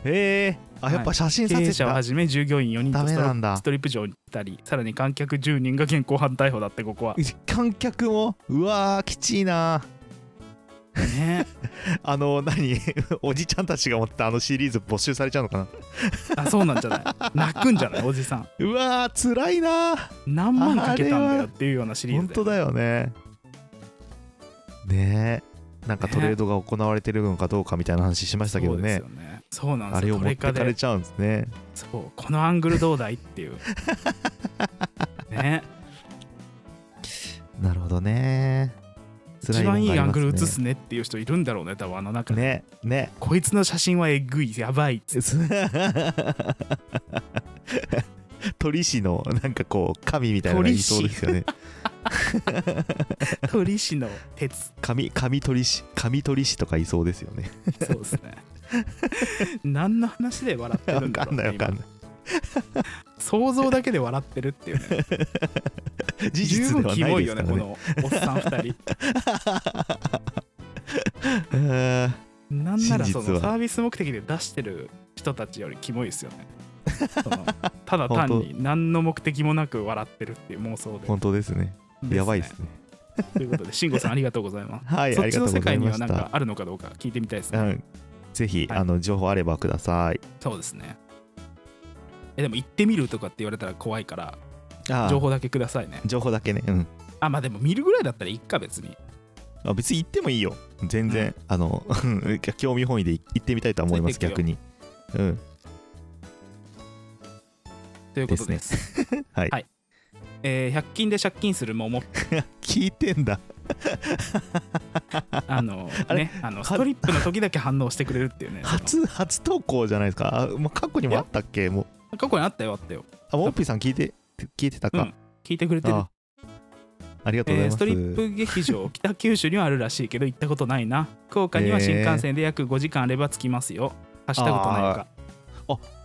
Speaker 2: えー、あやっぱ写真
Speaker 1: 経
Speaker 2: 撮影
Speaker 1: 営
Speaker 2: しか
Speaker 1: 者をはじめ従業員4人と
Speaker 2: ダメ
Speaker 1: スト
Speaker 2: な
Speaker 1: ロ
Speaker 2: んだ
Speaker 1: ストリップ場に行ったりさらに観客10人が現行犯逮捕だってここは
Speaker 2: 観客もうわーきちいな
Speaker 1: ね
Speaker 2: あの何 おじちゃんたちが持ってたあのシリーズ没収されちゃうのかな
Speaker 1: あそうなんじゃない泣くんじゃないおじさん
Speaker 2: うわー辛いなー
Speaker 1: 何万かけたんだ
Speaker 2: あれ
Speaker 1: よ
Speaker 2: は
Speaker 1: っていうようなシリー
Speaker 2: 本
Speaker 1: ズ
Speaker 2: 当だよねねえなんかトレードが行われてるのかどうかみたいな話しましたけどね
Speaker 1: そうですよねそうなんで
Speaker 2: あ
Speaker 1: す
Speaker 2: れ
Speaker 1: よ
Speaker 2: を
Speaker 1: ト
Speaker 2: 持っ
Speaker 1: レ
Speaker 2: て
Speaker 1: カ
Speaker 2: かれ
Speaker 1: で
Speaker 2: ちゃうんですね
Speaker 1: そうこのアングルどうだいっていう ね
Speaker 2: なるほどね辛
Speaker 1: 一
Speaker 2: もん
Speaker 1: 番い
Speaker 2: があ
Speaker 1: い
Speaker 2: り
Speaker 1: アン
Speaker 2: ます
Speaker 1: グ
Speaker 2: ね
Speaker 1: ル映すねっていう人いるんだろうね多分あの中で、
Speaker 2: ねね
Speaker 1: こいつの写真はえぐいやばいっつって
Speaker 2: す鳥師のなんかこう神みたいなのがいそうですよね
Speaker 1: 鳥師の鉄
Speaker 2: 神神鳥師神鳥師とかいそうですよね
Speaker 1: そうですね何の話で笑ってる
Speaker 2: わ
Speaker 1: んだ
Speaker 2: か
Speaker 1: ろうんね、
Speaker 2: ないわかんない
Speaker 1: 今想像だけで笑ってるっていうね
Speaker 2: 事実で
Speaker 1: 十分
Speaker 2: は
Speaker 1: キ
Speaker 2: な
Speaker 1: モ
Speaker 2: い
Speaker 1: い
Speaker 2: で
Speaker 1: よね
Speaker 2: すから
Speaker 1: こ
Speaker 2: ね
Speaker 1: のおっさん2
Speaker 2: えー
Speaker 1: 人なんならその
Speaker 2: 真実は
Speaker 1: サービス目的で出してる人たちよりキモいですよ ねそのただ単
Speaker 2: 本
Speaker 1: に何の目的もなく笑ってるっていう妄想で
Speaker 2: 本当ですね
Speaker 1: ね
Speaker 2: やばいですね
Speaker 1: ということで慎吾さんありがとうございます
Speaker 2: はい
Speaker 1: そ
Speaker 2: あ
Speaker 1: っ
Speaker 2: り
Speaker 1: ち
Speaker 2: がと
Speaker 1: の世
Speaker 2: うござい
Speaker 1: 界に
Speaker 2: ま
Speaker 1: は
Speaker 2: し
Speaker 1: 何か
Speaker 2: た
Speaker 1: あるのかどうか聞いてみたいです
Speaker 2: う
Speaker 1: ね、
Speaker 2: んぜひ、
Speaker 1: はい
Speaker 2: あの情報あればください
Speaker 1: そうですねえでも行ってみるとかって言われたら怖いから
Speaker 2: ああ
Speaker 1: 情報だけくださいね
Speaker 2: 情報だけねうん
Speaker 1: あまあでも見るぐらいだったらいいか別に
Speaker 2: あ別に行ってもいいよ全然、あの 興味本位で行ってみたいとは思います
Speaker 1: ついてく
Speaker 2: 逆
Speaker 1: よ
Speaker 2: にうん
Speaker 1: ということです
Speaker 2: はい、
Speaker 1: はいえー100均で借金する桃
Speaker 2: 聞いてんだ
Speaker 1: あの
Speaker 2: あれ
Speaker 1: ねあのストリップの時だけ反応してくれるっていう ねその
Speaker 2: 初初投稿じゃないですかあもう過去にもあったっけもう
Speaker 1: 過去にあったよあったよ
Speaker 2: あモッピーさん聞いて聞いてた
Speaker 1: う
Speaker 2: か
Speaker 1: ん、聞いてくれてる
Speaker 2: あありがとうござ
Speaker 1: え
Speaker 2: い
Speaker 1: ー
Speaker 2: ます、
Speaker 1: ストリップ劇場北九州にはあるらしいけど行ったことないな福岡には新幹線で約5時間あれば着きますよ走ったことないのか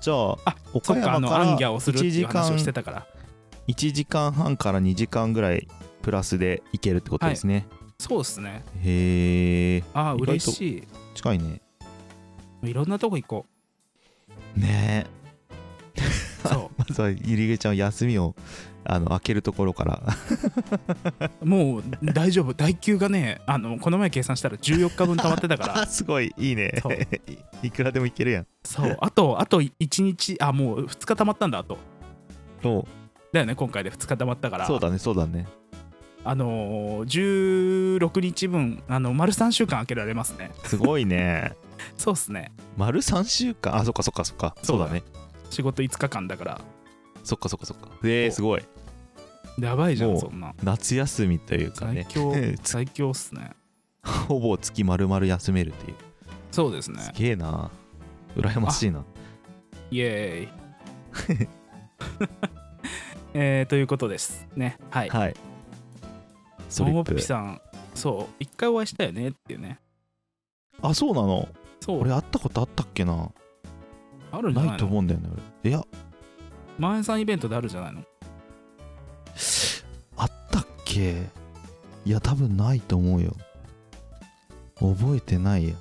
Speaker 2: じゃあ
Speaker 1: あそ
Speaker 2: 岡
Speaker 1: っかあ
Speaker 2: 山
Speaker 1: の
Speaker 2: か
Speaker 1: ア
Speaker 2: ら
Speaker 1: ンギャをするっていう話をしてたから
Speaker 2: 1時間半から2時間ぐらいプラスで行けるってことですね、
Speaker 1: そうですね
Speaker 2: へえ
Speaker 1: ああ
Speaker 2: 意外と
Speaker 1: 嬉し
Speaker 2: 近いね
Speaker 1: いいろんなとこ行こ
Speaker 2: ねえ
Speaker 1: うそ
Speaker 2: まずはゆりげちゃんは休みをあの開けるところから
Speaker 1: う もう大丈夫代給がねあのこの前計算したら14日分溜まってたから
Speaker 2: あ すごいいいね
Speaker 1: そう
Speaker 2: いいくらでも行けるやん
Speaker 1: そうあとあと1日あもう2日溜まったんだあと
Speaker 2: そう
Speaker 1: だよね今回で2日溜まったから
Speaker 2: そうだねそうだね
Speaker 1: あのー、16日分あの丸3週間開けられますね
Speaker 2: すごいね
Speaker 1: そうっすね
Speaker 2: 丸3週間あそっかそっかそっか
Speaker 1: そ
Speaker 2: そうう
Speaker 1: だ
Speaker 2: だね
Speaker 1: 仕事5日間だから
Speaker 2: そっかそっかそっかえー、すごい
Speaker 1: やばいじゃん
Speaker 2: もう
Speaker 1: そんな
Speaker 2: 夏休みというか
Speaker 1: 最
Speaker 2: ね
Speaker 1: 強
Speaker 2: つ
Speaker 1: 最強っすね
Speaker 2: ほぼ月丸々休めるっていう
Speaker 1: そうですね
Speaker 2: すげえな羨ましいな
Speaker 1: イエーイ えー、ということですねはい
Speaker 2: はいストリ
Speaker 1: モ
Speaker 2: ッ
Speaker 1: モッ
Speaker 2: プ
Speaker 1: ピさんそう一回お会いしたよねっていうね
Speaker 2: あそうなの
Speaker 1: そう
Speaker 2: 俺会ったことあったっけな
Speaker 1: あるんじゃ
Speaker 2: な
Speaker 1: ないい
Speaker 2: と
Speaker 1: の
Speaker 2: 思うんだよね俺いや
Speaker 1: 満員さんイベントであるじゃないの
Speaker 2: あったっけいや多分ないと思うよ覚えてないよ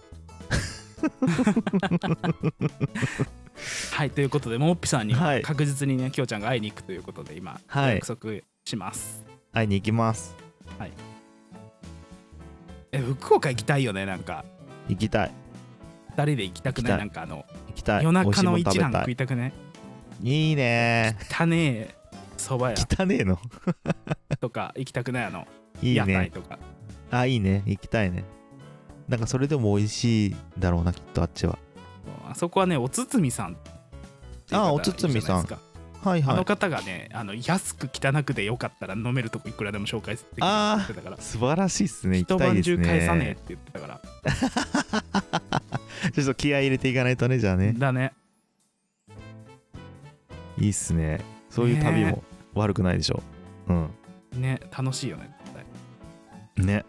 Speaker 1: はいということでモモッピさんに
Speaker 2: は
Speaker 1: はい確実にねきょうちゃんが会いに行くということで今
Speaker 2: はい
Speaker 1: 約束します、
Speaker 2: 会いに行きます
Speaker 1: え福岡行きたいよねなんか
Speaker 2: 行きたい
Speaker 1: 2人で行きたくない
Speaker 2: 行きた
Speaker 1: な
Speaker 2: い
Speaker 1: んかあの
Speaker 2: 行きたい
Speaker 1: 夜中の
Speaker 2: 美味
Speaker 1: 一
Speaker 2: しいも
Speaker 1: 蘭
Speaker 2: ん食べた
Speaker 1: 食いたくね
Speaker 2: いい いね
Speaker 1: 汚ねえそば屋
Speaker 2: 汚ねえの
Speaker 1: とか行きたくないあの
Speaker 2: いい
Speaker 1: 屋台
Speaker 2: ね
Speaker 1: とか
Speaker 2: あいいね行きたいねなんかそれでも美味しいだろうなきっとあっちは
Speaker 1: あそこはねおつつみさんっていう方
Speaker 2: あおつつみさん
Speaker 1: いるじゃないですか
Speaker 2: はい
Speaker 1: あ
Speaker 2: は
Speaker 1: の
Speaker 2: い
Speaker 1: 方がねあの安く汚くでよかったら飲めるとこいくらでも紹介してくれるって言ってたから
Speaker 2: 素晴らしいっすね行
Speaker 1: 一
Speaker 2: きたい
Speaker 1: 晩
Speaker 2: です
Speaker 1: 中返さねえっ
Speaker 2: ね
Speaker 1: て言ってたから、
Speaker 2: ちょっと気合い入れていかないとねじゃあね
Speaker 1: だね
Speaker 2: いいっすねそういう旅
Speaker 1: ね
Speaker 2: も悪くないでしょうん
Speaker 1: ね楽しいよね絶対
Speaker 2: ね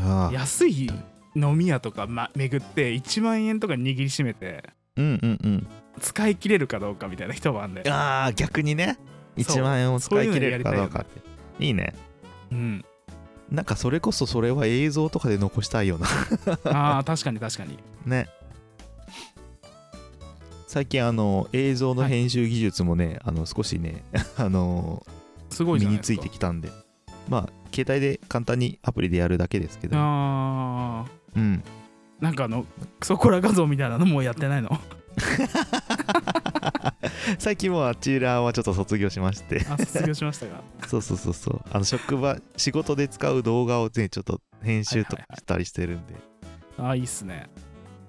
Speaker 2: ああ
Speaker 1: 安い飲み屋とか、ま、巡って1万円とか握りしめて
Speaker 2: うんうんうん
Speaker 1: 使い切れるかどうかみたいな一晩で、
Speaker 2: ああ逆にね
Speaker 1: そう
Speaker 2: 1万円を使い切れるかどうか
Speaker 1: そういうのや
Speaker 2: っていいね
Speaker 1: うん、
Speaker 2: なんかそれこそそれは映像とかで残したいよな
Speaker 1: あー確かに確かに
Speaker 2: ね最近あの映像の編集技術もね、あの少しね あの
Speaker 1: すごい
Speaker 2: 身
Speaker 1: じゃない
Speaker 2: に
Speaker 1: で
Speaker 2: つ
Speaker 1: す
Speaker 2: い
Speaker 1: か
Speaker 2: てきたんでまあ携帯で簡単にアプリでやるだけですけど、
Speaker 1: あー
Speaker 2: うん、
Speaker 1: なんかあのクソコラ画像みたいなのもうやってないの
Speaker 2: 最近もうあちらはちょっと卒業しま して
Speaker 1: あ卒業しましたが
Speaker 2: そうそうそうそうあの職場仕事で使う動画をねちょっと編集とかしたりしてるんで、
Speaker 1: あーいいっすね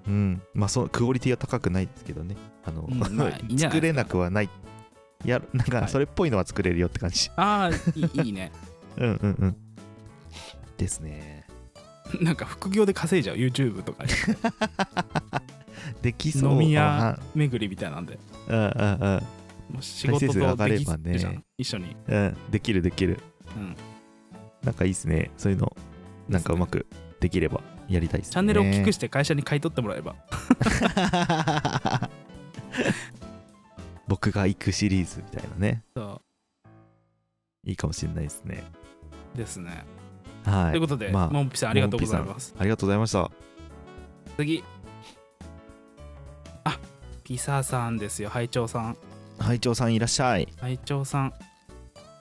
Speaker 2: うんまあそのクオリティは高くないですけどねあの、
Speaker 1: うんまあいいんじゃない
Speaker 2: 作れなくはないやるなん
Speaker 1: は
Speaker 2: か
Speaker 1: い
Speaker 2: それっぽいのは作れるよって感じ、
Speaker 1: あーいいいいね
Speaker 2: うんうんうんですね
Speaker 1: なんか副業で稼いじゃう YouTube とか
Speaker 2: できそう
Speaker 1: 飲み屋巡りみたいなんで
Speaker 2: うんうんうん
Speaker 1: もう仕事
Speaker 2: 再生数が上
Speaker 1: と
Speaker 2: が
Speaker 1: で
Speaker 2: れ
Speaker 1: き
Speaker 2: ばね
Speaker 1: るじゃん一緒に
Speaker 2: うんうんできるできる
Speaker 1: うん
Speaker 2: なんかいいですねそういうのなんかうまくできればやりたいですね
Speaker 1: チャンネルを大きくして会社に買い取ってもらえば
Speaker 2: 僕が行くシリーズみたいなね
Speaker 1: そ
Speaker 2: いいかもしれないですね
Speaker 1: うですね
Speaker 2: はい
Speaker 1: ということで
Speaker 2: まあ
Speaker 1: モンピさんありがとうございます
Speaker 2: ありがとうございました
Speaker 1: 次あピサさんですよ拝聴さん
Speaker 2: 拝聴さんいらっしゃい
Speaker 1: 拝聴さん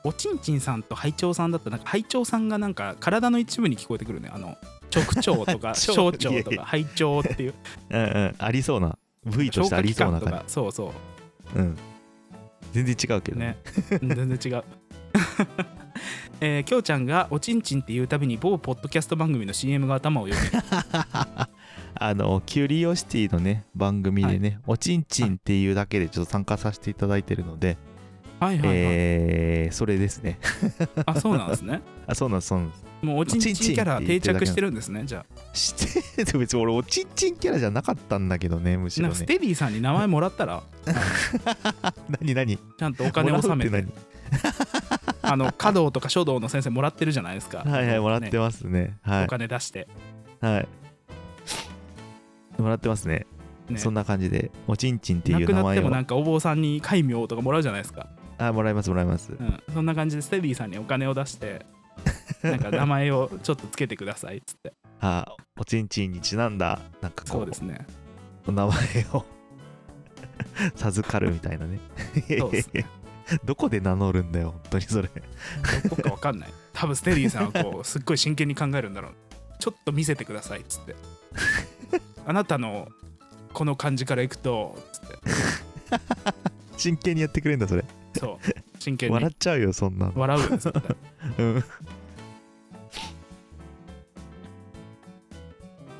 Speaker 1: おちんちんさんと拝聴さんだったらなんか拝聴さんがなんか体の一部に聞こえてくるねあの直腸 とか小
Speaker 2: 超
Speaker 1: 腸
Speaker 2: いやい
Speaker 1: と
Speaker 2: や
Speaker 1: か拝聴っていう
Speaker 2: うんうんありそうな部位としてありそうな
Speaker 1: と
Speaker 2: 感
Speaker 1: かそうそ
Speaker 2: じうん全然違うけ
Speaker 1: う
Speaker 2: どね
Speaker 1: ねうん全然違う えー、きょうちゃんがおちんちんって言うたびに某ポッドキャスト番組の CM が頭を よぎる
Speaker 2: あのキュリオシティのね番組でね、おちんちんっていうだけでちょっと参加させていただいてるので、
Speaker 1: はいはいはい、
Speaker 2: えーそれですね
Speaker 1: あそうなんですね
Speaker 2: あそうなんですそうなんで
Speaker 1: もうおちんちんキャラ
Speaker 2: おちんちんって
Speaker 1: 定
Speaker 2: 言ってるだけ
Speaker 1: 着してるんですねじゃあ
Speaker 2: すして 別に俺おちんちんキャラじゃなかったんだけどねむし
Speaker 1: な
Speaker 2: ろ
Speaker 1: んかス
Speaker 2: ね
Speaker 1: テディさんに名前もらったら
Speaker 2: 何何
Speaker 1: ちゃんとお金を納め
Speaker 2: もらう
Speaker 1: て
Speaker 2: って
Speaker 1: あの華道とか書道の先生もらってるじゃないですか。
Speaker 2: 何はいはいもらっ
Speaker 1: ね
Speaker 2: てますねは
Speaker 1: お金出して、
Speaker 2: いはいもらってますね
Speaker 1: ね
Speaker 2: そんな感じでおちんちんってい
Speaker 1: 亡
Speaker 2: う
Speaker 1: く
Speaker 2: 名
Speaker 1: なって
Speaker 2: 前を
Speaker 1: もなんかお坊さんに戒名とかもらうじゃないですか。
Speaker 2: あもらいますもらいます
Speaker 1: うん、そんな感じでステディさんにお金を出 して、なんか名前をちょっとつけてくださいっつって。
Speaker 2: あおちんちんにちなんだなんかこ
Speaker 1: そううですね。
Speaker 2: お名前を 授かるみたいなね
Speaker 1: そうですね
Speaker 2: どこで名乗るんだよ本当にそれ
Speaker 1: どこかわかんない。多分ステディさんはこうすっごい真剣に考えるんだろう。ちょっと見せてくださいっつ って。あなたのこの感じからいくと、つっ
Speaker 2: 真剣にやってくれるんだそれ
Speaker 1: て。そう。真剣に
Speaker 2: 笑っちゃうよそんなの
Speaker 1: 笑うよ絶対。
Speaker 2: うん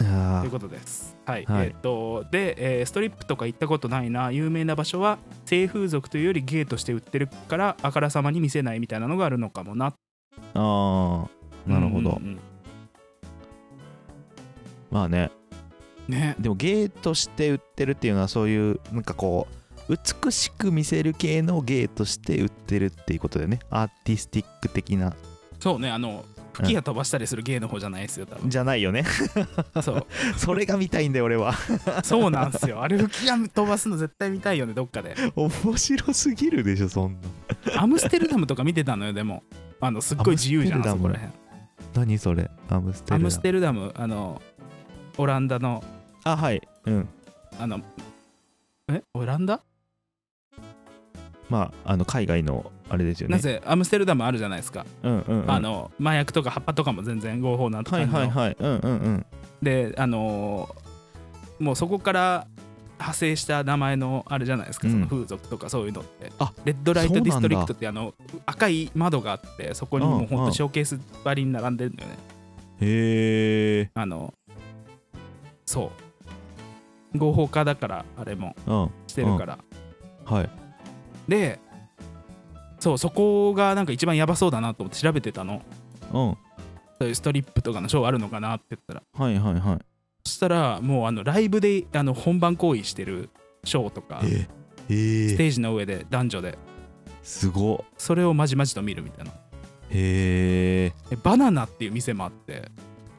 Speaker 2: あ
Speaker 1: という
Speaker 2: ー
Speaker 1: ことです。はい。
Speaker 2: はい
Speaker 1: えっと、で、えーストリップとか行ったことないな、有名な場所は、性風俗というよりゲーとして売ってるから、あからさまに見せないみたいなのがあるのかもな。
Speaker 2: あーなるほど、
Speaker 1: うんうん
Speaker 2: まあね
Speaker 1: うんね。
Speaker 2: でも芸として売ってるっていうのはそういうなんかこう美しく見せる系の芸として売ってるっていうことだよねアーティスティック的な
Speaker 1: そうね、あの、吹き矢飛ばしたりするゲーの方じゃないですよ、多分。
Speaker 2: じゃないよね
Speaker 1: そう。
Speaker 2: それが見たいんだよ俺は
Speaker 1: そうなんですよ。あれ、吹き矢飛ばすの絶対見たいよね、どっかで。
Speaker 2: 面白すぎるでしょそんな
Speaker 1: アムステルダムとか見てたのよ、でも。あの、すっごい自由じゃん、あ
Speaker 2: ア
Speaker 1: そ
Speaker 2: ムステルダム
Speaker 1: こらへん。
Speaker 2: 何それアムステルダ
Speaker 1: ア
Speaker 2: ム
Speaker 1: ムステルダム、あの、オランダの、
Speaker 2: あはいうん
Speaker 1: あの、えオランダ
Speaker 2: まああの海外のあれですよね
Speaker 1: なぜアムステルダムあるじゃないですか。
Speaker 2: うんうん、うん、
Speaker 1: あの麻薬とか葉っぱとかも全然合法なとか、
Speaker 2: はいはいはいうんうんうん
Speaker 1: であのーもうそこから派生した名前のあれじゃないですか、
Speaker 2: うん
Speaker 1: その風俗とかそういうのって
Speaker 2: あ
Speaker 1: レッドライト
Speaker 2: そう
Speaker 1: デ
Speaker 2: なん
Speaker 1: ィス
Speaker 2: だ
Speaker 1: トリクトってあの赤い窓があってそこにもうほんとショーケース張りに並んでるんだよね、
Speaker 2: へえ
Speaker 1: あのそう合法化だからあれも
Speaker 2: うん
Speaker 1: してるから、
Speaker 2: はい
Speaker 1: でそうそこがなんか一番やばそうだなと思って調べてたの
Speaker 2: うん
Speaker 1: そういうストリップとかのショーあるのかなって言ったら
Speaker 2: はいはいは
Speaker 1: そしたらもうあのライブであの本番行為してるショーとか
Speaker 2: いえ
Speaker 1: ス
Speaker 2: ー、えー、
Speaker 1: テージの上で男女です
Speaker 2: ごっ
Speaker 1: それをまじまじと見るみたいな
Speaker 2: へえ、
Speaker 1: でバナナっていう店もあって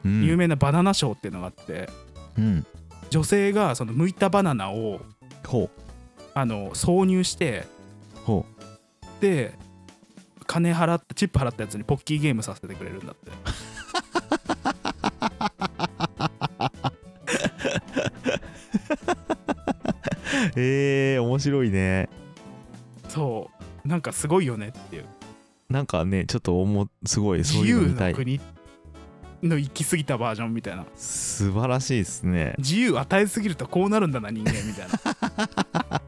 Speaker 2: うん
Speaker 1: 有名なバナナショーっていうのがあって
Speaker 2: うん
Speaker 1: 女性がその剥いたバナナを
Speaker 2: ほ
Speaker 1: あの挿入して
Speaker 2: うほ
Speaker 1: で金払ってチップ払ったやつにポッキーゲームさせてくれるんだって
Speaker 2: うへえ面白いね
Speaker 1: そうなんかすごいよねっていう
Speaker 2: なんかねちょっとおもすごいそう
Speaker 1: 自
Speaker 2: いうの
Speaker 1: 由
Speaker 2: 見た
Speaker 1: の
Speaker 2: い
Speaker 1: 国の行き過ぎたバージョンみたいな
Speaker 2: 素晴らしいですね
Speaker 1: 自由与えすぎるとこうなるんだな人間みたいな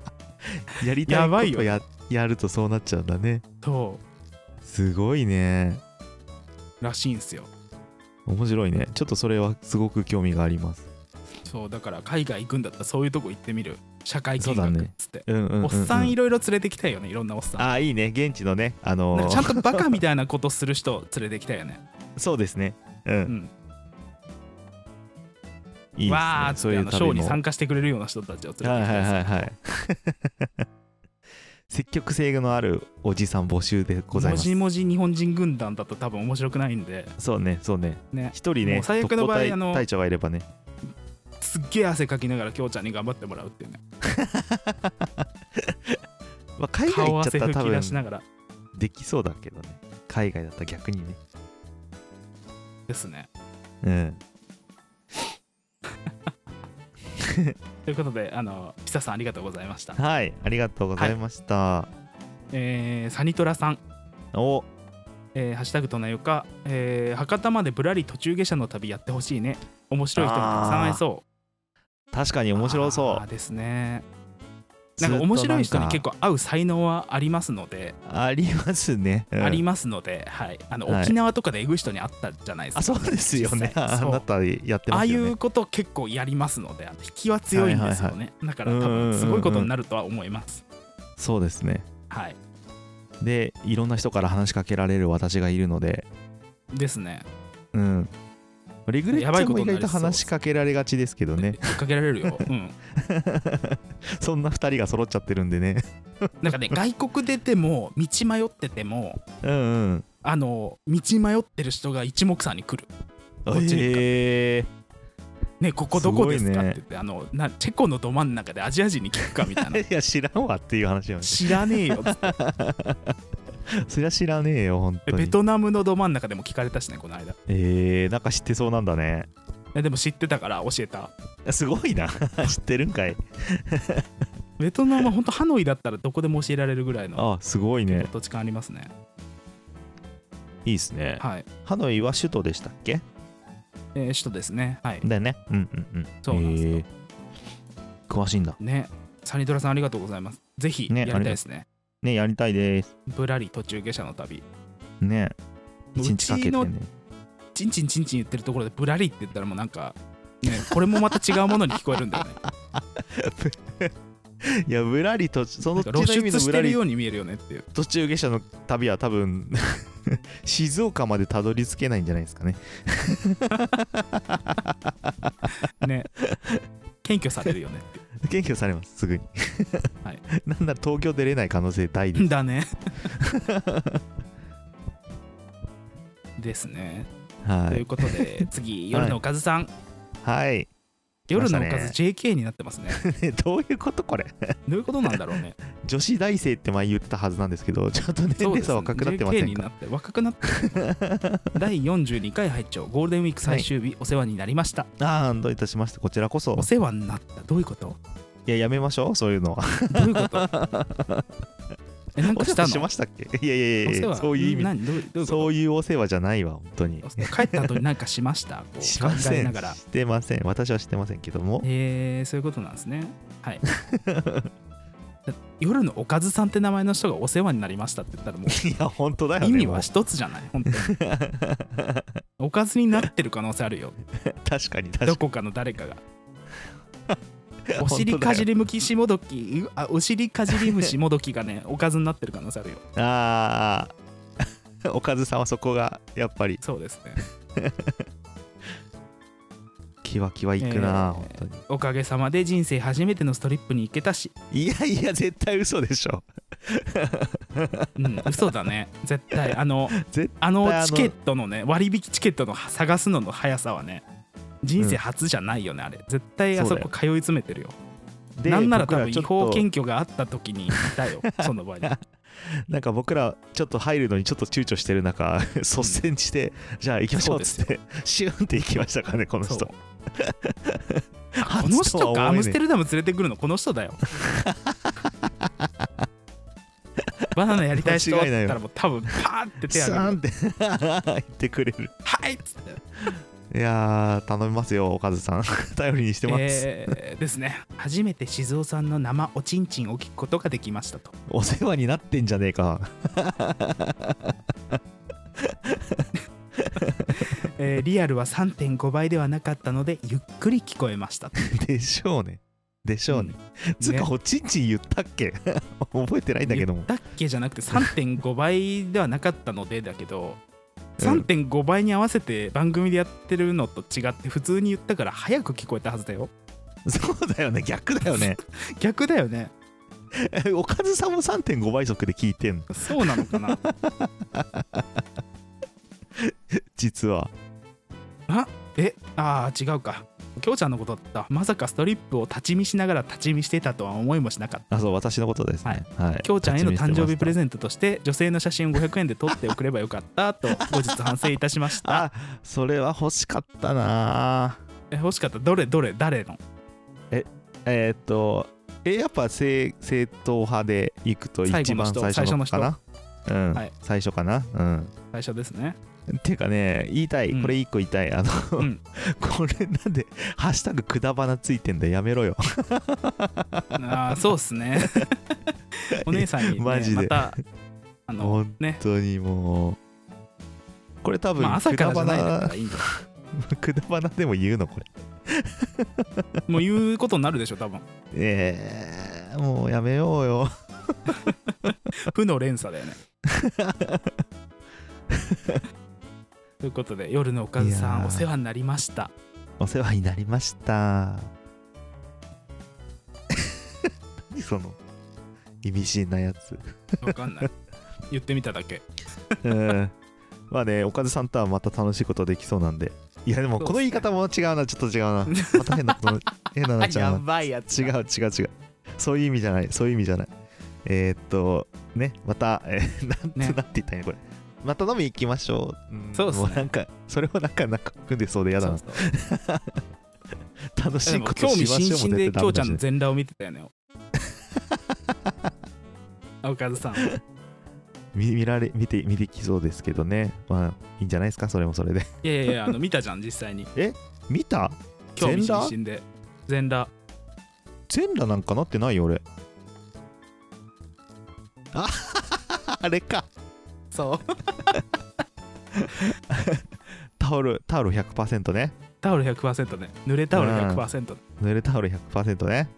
Speaker 2: やりたい
Speaker 1: やば
Speaker 2: こ
Speaker 1: いよ
Speaker 2: とややるとそうなっちゃうんだね
Speaker 1: そ
Speaker 2: すごいね
Speaker 1: うらしいんすよ
Speaker 2: 面白いねちょっとそれはすごく興味があります
Speaker 1: そうだから海外行くんだったらそういうとこ行ってみる社会見
Speaker 2: そうだ
Speaker 1: 学っ
Speaker 2: ね
Speaker 1: つって、
Speaker 2: うんうんうん、うん、
Speaker 1: おっさんいろいろ連れてきたいよねいろんなおっさん
Speaker 2: ああいいね現地のねあのー
Speaker 1: なんかちゃんとバカみたいなことする人連れてきたよね。
Speaker 2: そうですねうん、
Speaker 1: うん、
Speaker 2: いいですね
Speaker 1: わーっつ
Speaker 2: そ
Speaker 1: っ
Speaker 2: う
Speaker 1: て
Speaker 2: い
Speaker 1: あ
Speaker 2: う
Speaker 1: のシ
Speaker 2: 旅
Speaker 1: ョー
Speaker 2: も
Speaker 1: に参加してくれるような人たちを連れてき
Speaker 2: はい
Speaker 1: た
Speaker 2: はい
Speaker 1: りす
Speaker 2: は
Speaker 1: る
Speaker 2: いはい 積極性のあるおじさん募集でござい
Speaker 1: も
Speaker 2: ます
Speaker 1: じもじ日本人軍団だと多分面白くないんで
Speaker 2: そうねそうね
Speaker 1: ね
Speaker 2: 一人ね
Speaker 1: もう最悪の場合
Speaker 2: 特攻隊
Speaker 1: あの
Speaker 2: 隊長がいればね
Speaker 1: すっげえ汗かきながらきょうちゃんに頑張ってもらうっていうね
Speaker 2: まあ、海外
Speaker 1: 顔
Speaker 2: 行っちゃ
Speaker 1: 汗
Speaker 2: ったら多
Speaker 1: 吹き
Speaker 2: 分
Speaker 1: 出しながら
Speaker 2: できそうだけどね海外だったら逆にね
Speaker 1: ですね。
Speaker 2: うん
Speaker 1: ということであのピサさんありがとうございました。
Speaker 2: はいありがとうございました、
Speaker 1: えーサニトラさん、
Speaker 2: お
Speaker 1: えーハッシュタグとなよか、えー博多までぶらり途中下車の旅やってほしいね。面白い人にたくさん会えそう。
Speaker 2: 確かに面白そ
Speaker 1: あーですね。
Speaker 2: う
Speaker 1: なんか面白い人に結
Speaker 2: 構
Speaker 1: 構会う才能はありますので、
Speaker 2: ありますね、うん
Speaker 1: ありますので、はい、あの
Speaker 2: はい
Speaker 1: 沖縄とかでえぐい人に会ったじゃないですか。
Speaker 2: あそうですよね
Speaker 1: 実際
Speaker 2: あ
Speaker 1: そう
Speaker 2: なたやって
Speaker 1: ああ
Speaker 2: ます
Speaker 1: い
Speaker 2: よね
Speaker 1: うこと結構やりますので、あの引きは強いんですよね。
Speaker 2: はい
Speaker 1: だから多
Speaker 2: うんうんうんうん
Speaker 1: 分すごいことになるとは思います。
Speaker 2: そうですね
Speaker 1: はい。
Speaker 2: でいろんな人から話しかけられる私がいるので
Speaker 1: ですね。
Speaker 2: うんリグレッ
Speaker 1: や
Speaker 2: チ
Speaker 1: ばい
Speaker 2: ェ
Speaker 1: こ
Speaker 2: も
Speaker 1: と
Speaker 2: 意
Speaker 1: になり
Speaker 2: 外
Speaker 1: そ
Speaker 2: と
Speaker 1: う
Speaker 2: 話しかけられがちですけどね
Speaker 1: かけられるよ。うん。
Speaker 2: そんな2人が揃っちゃってるんでね
Speaker 1: なんかね、外国出ても、道迷ってても、
Speaker 2: うんうん
Speaker 1: あの、道迷ってる人が一目散に来る。こっちに行くから
Speaker 2: へえ
Speaker 1: ね、ここどこです
Speaker 2: す
Speaker 1: か
Speaker 2: ごい
Speaker 1: っ
Speaker 2: ね
Speaker 1: て言って、あのな、チェコのど真ん中でアジア人に聞くかみたいな。
Speaker 2: いや知らんわっていう話よね
Speaker 1: 知らねえよっつって
Speaker 2: そりゃ知らねえよ本当に
Speaker 1: ベトナムのど真ん中でも聞かれたしね、この間。
Speaker 2: えー、なんか知ってそうなんだね
Speaker 1: えでも知ってたから教えた。
Speaker 2: すごいな 知ってるんかい
Speaker 1: ベトナムは本当ハノイだったらどこでも教えられるぐらいの
Speaker 2: あすごいね
Speaker 1: 土地感ありますね。
Speaker 2: いいっすね
Speaker 1: はい。
Speaker 2: ハノイは首都でしたっけ
Speaker 1: えー首都ですね。はい。
Speaker 2: だよねうんうんうん
Speaker 1: そうなんですよ
Speaker 2: へー詳しいんだ
Speaker 1: ね。サニドラさんありがとうございます。ぜひや
Speaker 2: ね
Speaker 1: りたいですね。
Speaker 2: ねやりたいです
Speaker 1: ぶらり途中下車の旅。
Speaker 2: ね一日かけて
Speaker 1: うち
Speaker 2: ね
Speaker 1: チンチンチンチン言ってるところでぶらりって言ったらもうなんか、ね、これもまた違うものに聞こえるんだよね。
Speaker 2: いやぶらりとそ
Speaker 1: な
Speaker 2: の
Speaker 1: んか露
Speaker 2: ちなみに
Speaker 1: 出し
Speaker 2: ぶ
Speaker 1: て
Speaker 2: ら
Speaker 1: る
Speaker 2: り
Speaker 1: ように見えるよねっていう。
Speaker 2: 途中下車の旅は多分 静岡までたどり着けないんじゃないですかね
Speaker 1: ね。謙虚されるよねってい
Speaker 2: 検挙されますすぐに、
Speaker 1: はい
Speaker 2: なんなら東京出れない可能性大です
Speaker 1: う。だね。 ですね。
Speaker 2: は
Speaker 1: という
Speaker 2: い、
Speaker 1: ことで、次、夜のおかずさん。
Speaker 2: はい、
Speaker 1: 夜のおか
Speaker 2: 来ま
Speaker 1: ず
Speaker 2: し
Speaker 1: JK になってますね。
Speaker 2: ねどういうことこれ
Speaker 1: どういうことなんだろ うね。
Speaker 2: 女子大生って前言ってたはずなんですけどちょっと年
Speaker 1: そうで
Speaker 2: 齢
Speaker 1: すね
Speaker 2: 差若くなってませ
Speaker 1: JK
Speaker 2: ん
Speaker 1: に
Speaker 2: か、
Speaker 1: なって若くなって る第42回拝聴ゴールデンウィーク最終日、お世話になりました
Speaker 2: ああどういたしましてこちらこそ
Speaker 1: お世話になったどういうこと
Speaker 2: いややめましょうそういうのは
Speaker 1: どういう ことえなんかした
Speaker 2: お世話し
Speaker 1: の
Speaker 2: ましたっけ いやいやい
Speaker 1: お
Speaker 2: やい
Speaker 1: 世
Speaker 2: や
Speaker 1: 話
Speaker 2: そういう意味
Speaker 1: 何どうどういうこ
Speaker 2: そういうお世話じゃないわ本当に
Speaker 1: と帰った後に何かしましたこう
Speaker 2: し
Speaker 1: 考
Speaker 2: ませ
Speaker 1: え
Speaker 2: ん
Speaker 1: ながら
Speaker 2: してません私はしてませんけども
Speaker 1: えー、そういうことなんですねはい 夜のおかずさんって名前の人がお世話になりましたって言ったらもう
Speaker 2: いや本当だよね
Speaker 1: 意味は
Speaker 2: もう
Speaker 1: 一つじゃない 本当におかずになってる可能性あるよ
Speaker 2: 確かに確か
Speaker 1: ど
Speaker 2: に
Speaker 1: こかの誰かが
Speaker 2: 本当だよ
Speaker 1: お尻かじりむきしもどきうあお尻かじりむしもどきがねおかずになってる可能性あるよ
Speaker 2: ああ おかずさんはそこがやっぱり
Speaker 1: そうですね
Speaker 2: キワキワい
Speaker 1: えー
Speaker 2: くな、本当に
Speaker 1: おかげさまで人生初めてのストリップに行けたし
Speaker 2: いやいや絶対嘘でしょ
Speaker 1: うん嘘だね絶 対あの
Speaker 2: 絶
Speaker 1: あの
Speaker 2: 絶対あの
Speaker 1: チケットのね割引チケットの探すのの速さはね人生初じゃないよね、あれ絶対あそこ通い詰めてるよ
Speaker 2: で
Speaker 1: なんなら
Speaker 2: 僕
Speaker 1: 多分違
Speaker 2: ちょっ
Speaker 1: 法
Speaker 2: と
Speaker 1: 検挙があった時にいた よその場合に
Speaker 2: なんか僕らちょっと入るのにちょっと躊躇して る中率先して、じゃあ行きましょうっつってシューンって行きましたからねこの
Speaker 1: そ
Speaker 2: 人
Speaker 1: うあこの人
Speaker 2: 初と
Speaker 1: か
Speaker 2: は
Speaker 1: ア
Speaker 2: 思えねえ
Speaker 1: ムステルダム連れてくるのこの人だよ バナナやりたい人っ
Speaker 2: 間
Speaker 1: て
Speaker 2: 違いない
Speaker 1: 言
Speaker 2: わ
Speaker 1: ったらもう多分パーって手
Speaker 2: ス
Speaker 1: 挙
Speaker 2: ーン
Speaker 1: げ
Speaker 2: って言って くれる
Speaker 1: てはいっつって
Speaker 2: いやー頼みますよおかずさん 頼りにしてます、
Speaker 1: えーですね初めて静雄さんの生おちんちんを聞くことができましたと
Speaker 2: お世話になってんじゃねえか
Speaker 1: えーリアルは3.5倍ではなかったのでゆっくり聞こえましたと
Speaker 2: でしょうねでしょうね、つう
Speaker 1: ね
Speaker 2: かおちんちん言ったっけ 覚えてないんだけども
Speaker 1: だっけじゃなくて3.5倍ではなかったのでだけど
Speaker 2: うん
Speaker 1: 3.5倍に合わせて番組でやってるのと違って普通に言ったから早く聞こえたはずだよ
Speaker 2: そうだよね逆 だよね
Speaker 1: 逆だよね
Speaker 2: おかずさんも3.5倍速で聞いてんの
Speaker 1: そうなのかな
Speaker 2: 実は
Speaker 1: えあー違うかきょうちゃんのことだったまさかストリップを立ち見しながら立ち見してたとは思いもしなかった
Speaker 2: あそう私のことですねはい、
Speaker 1: きょうちゃんへの誕生日プレ
Speaker 2: ン
Speaker 1: ゼントとして女性の写真を500円で撮って送ればよかったと後日反省いたしました
Speaker 2: あそれは欲しかったな
Speaker 1: え欲しかったどれどれ誰の
Speaker 2: えーっとえやっぱ正正統派でいくと一番最初のか
Speaker 1: 最後の
Speaker 2: なうん、
Speaker 1: はい
Speaker 2: 最初かなうん
Speaker 1: 最初ですね
Speaker 2: っていうかね言いたい
Speaker 1: うん
Speaker 2: これ一個言いたい、あの、
Speaker 1: うん
Speaker 2: これなんで「ハッシュタグくだばな」ついてんだやめろよ
Speaker 1: ああそうっすね お姉さんに、ね、
Speaker 2: マジ
Speaker 1: ま
Speaker 2: で
Speaker 1: たあの
Speaker 2: 本
Speaker 1: ね
Speaker 2: 当にもうこれ多分、
Speaker 1: まあ朝からじゃないんだか
Speaker 2: くだば
Speaker 1: らいいんだよ
Speaker 2: な くだばなでも言うのこれ
Speaker 1: もう言うことになるでしょ多分
Speaker 2: えー、もうやめようよ
Speaker 1: 負の連鎖だよ ねということで夜のおかずさ
Speaker 2: いや
Speaker 1: ん
Speaker 2: ー
Speaker 1: お世話になりました
Speaker 2: お世話になりました 何その意味深なやつ
Speaker 1: わかんない言ってみただ け
Speaker 2: うんまあねおかずさんとはまた楽しいことできそうなんでいやでもこの言い方も違うなちょっと違うなまた変 なこと変ななっちゃうな
Speaker 1: ばいや
Speaker 2: 違う違う違うそういう意味じゃないそういう意味じゃないえーっとねまた、えーなんて、
Speaker 1: ね
Speaker 2: なんて言ったんやこれまた飲み行きましょう、ん
Speaker 1: そうっすね
Speaker 2: もうなんかそれもなんかなんか組んでそうで嫌だ
Speaker 1: そ
Speaker 2: な
Speaker 1: うそう
Speaker 2: 楽し
Speaker 1: で
Speaker 2: い
Speaker 1: も
Speaker 2: ことし
Speaker 1: 興
Speaker 2: ま
Speaker 1: 味
Speaker 2: し
Speaker 1: 津
Speaker 2: ょうも
Speaker 1: 々で
Speaker 2: 絶
Speaker 1: き
Speaker 2: 対
Speaker 1: ょう
Speaker 2: ダメ
Speaker 1: ちゃ
Speaker 2: だ
Speaker 1: ん
Speaker 2: し
Speaker 1: の全裸を見てたよね おかずさんい
Speaker 2: 見見られ見て見てきそうですけどねまあいいんじゃないですかそれもそれで
Speaker 1: やいやいやあの見たじゃん実際に
Speaker 2: 見た
Speaker 1: 興味
Speaker 2: 全裸
Speaker 1: 津々で全裸
Speaker 2: 全裸なんかなってないよ俺 ああれか
Speaker 1: そう
Speaker 2: タオルタオル100%ね
Speaker 1: タオル100%ね濡れタオル100%、
Speaker 2: 濡れタオル100%ね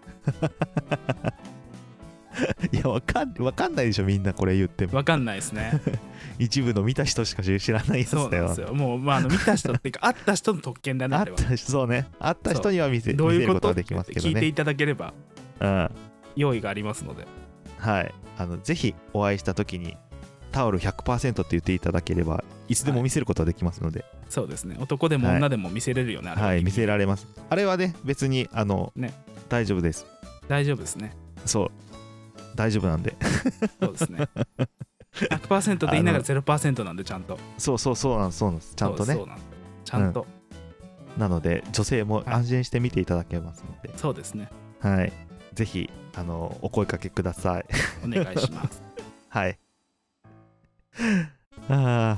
Speaker 2: いやわかんわかんないでしょみんなこれ言っても
Speaker 1: わかんないです ね
Speaker 2: 一部の見た人しか知らないやつ
Speaker 1: そうな
Speaker 2: だ
Speaker 1: ん
Speaker 2: よ
Speaker 1: ですよもう、まあ、あの見た人っていうか会った人の特権だね
Speaker 2: あ
Speaker 1: あ
Speaker 2: っ
Speaker 1: れは
Speaker 2: た人そうねあった人には見せ
Speaker 1: どう
Speaker 2: 見
Speaker 1: い
Speaker 2: せ
Speaker 1: う
Speaker 2: る
Speaker 1: こ
Speaker 2: こ
Speaker 1: と
Speaker 2: とは
Speaker 1: って
Speaker 2: できますけど
Speaker 1: 聞いて
Speaker 2: ね
Speaker 1: いただければ
Speaker 2: うん
Speaker 1: 用意がありますので
Speaker 2: はいあのぜひお会いした時にタオル100%って言っていただければいつでも見せることはできますので、
Speaker 1: そうですね男でも
Speaker 2: はい
Speaker 1: 女でも見せれるよね、あ
Speaker 2: は
Speaker 1: れ
Speaker 2: い
Speaker 1: は
Speaker 2: 見せられますあれはね別にあの、
Speaker 1: ね
Speaker 2: 大丈夫です
Speaker 1: 大丈夫ですね
Speaker 2: そう大丈夫なんで
Speaker 1: そうですね100%で言いながら0%なんでちゃんと
Speaker 2: そうそうそうなんですそうなんですちゃんと
Speaker 1: そ
Speaker 2: ね
Speaker 1: うそうなんだちゃんと、
Speaker 2: なので女性も安心して見ていただけますので、
Speaker 1: そうですね
Speaker 2: はい、ぜひあのお声かけください。
Speaker 1: お願いします。
Speaker 2: はい。
Speaker 1: あ
Speaker 2: あ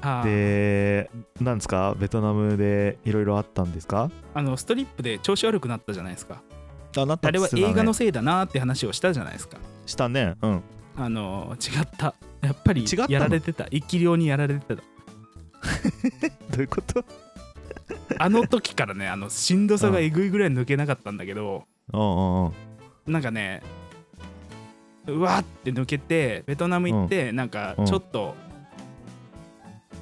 Speaker 2: あ
Speaker 1: ー
Speaker 2: で、なんですかベトナムでいろいろあったんですか
Speaker 1: あのストリップで調子悪くなったじゃないですか。
Speaker 2: あなった
Speaker 1: あ
Speaker 2: ん
Speaker 1: れ
Speaker 2: です
Speaker 1: は
Speaker 2: ね
Speaker 1: 映画のせいだなーって話をしたじゃないですか。
Speaker 2: したね。うん。
Speaker 1: あのー違った。やっぱり
Speaker 2: 違ったの
Speaker 1: やられてた。生き量にやられてた。
Speaker 2: どういうこと
Speaker 1: あの時からね、あのしんどさがえぐいぐらい抜けなかったんだけど、
Speaker 2: うんうんうん。
Speaker 1: なんかね、うわーって抜けて、ベトナム行って、なんかちょっと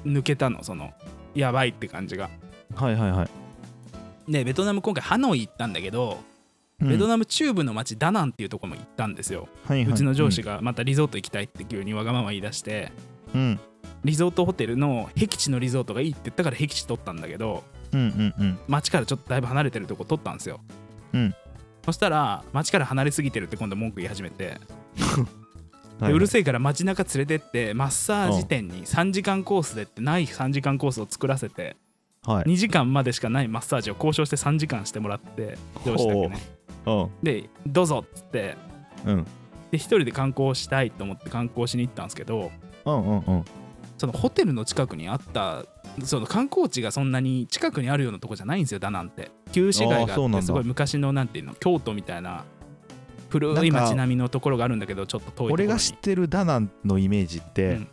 Speaker 1: 抜けたの、その、やばいって感じが。
Speaker 2: はいはいはい。
Speaker 1: で、ベトナム今回ハノイ行ったんだけど、ベト
Speaker 2: ム、
Speaker 1: ナム中部の町ダナンっていうところも行ったんですよ。
Speaker 2: はいはいう
Speaker 1: ちの上司。がまたリゾート行きたいって急にわがまま言い出して
Speaker 2: うん。
Speaker 1: リゾートホテルの僻地のリゾートがいいって言ったから僻地取ったんだけど
Speaker 2: うんうんうん
Speaker 1: 町からちょっとだいぶ離れてるとこ取ったんですよ、
Speaker 2: うん
Speaker 1: そしたら町から離れすぎてるって今度文句言い始めて
Speaker 2: うん。
Speaker 1: でうる
Speaker 2: せ
Speaker 1: せえから街中連れてってマッサージ店に3時間コースでってない3時間コースを作らせて
Speaker 2: はい。
Speaker 1: 2時間までしかないマッサージを交渉して3時間してもらって上司だけね
Speaker 2: ほううん
Speaker 1: でどうぞっつって
Speaker 2: うん
Speaker 1: で一人で観光したいと思って観光しに行ったんですけど
Speaker 2: うんうんうん
Speaker 1: そのホテルの近くにあったその観光地がそんなに近くにあるようなとこじゃないんですよダナンって旧市街
Speaker 2: あー
Speaker 1: が
Speaker 2: そ
Speaker 1: あ
Speaker 2: う
Speaker 1: っ
Speaker 2: な
Speaker 1: て
Speaker 2: んだ
Speaker 1: すごい昔のなんていうの京都みたいな古い
Speaker 2: なんか
Speaker 1: 街並みのところがあるんだけどちょっと遠いところに
Speaker 2: 俺が知ってるダナンのイメージって、
Speaker 1: うん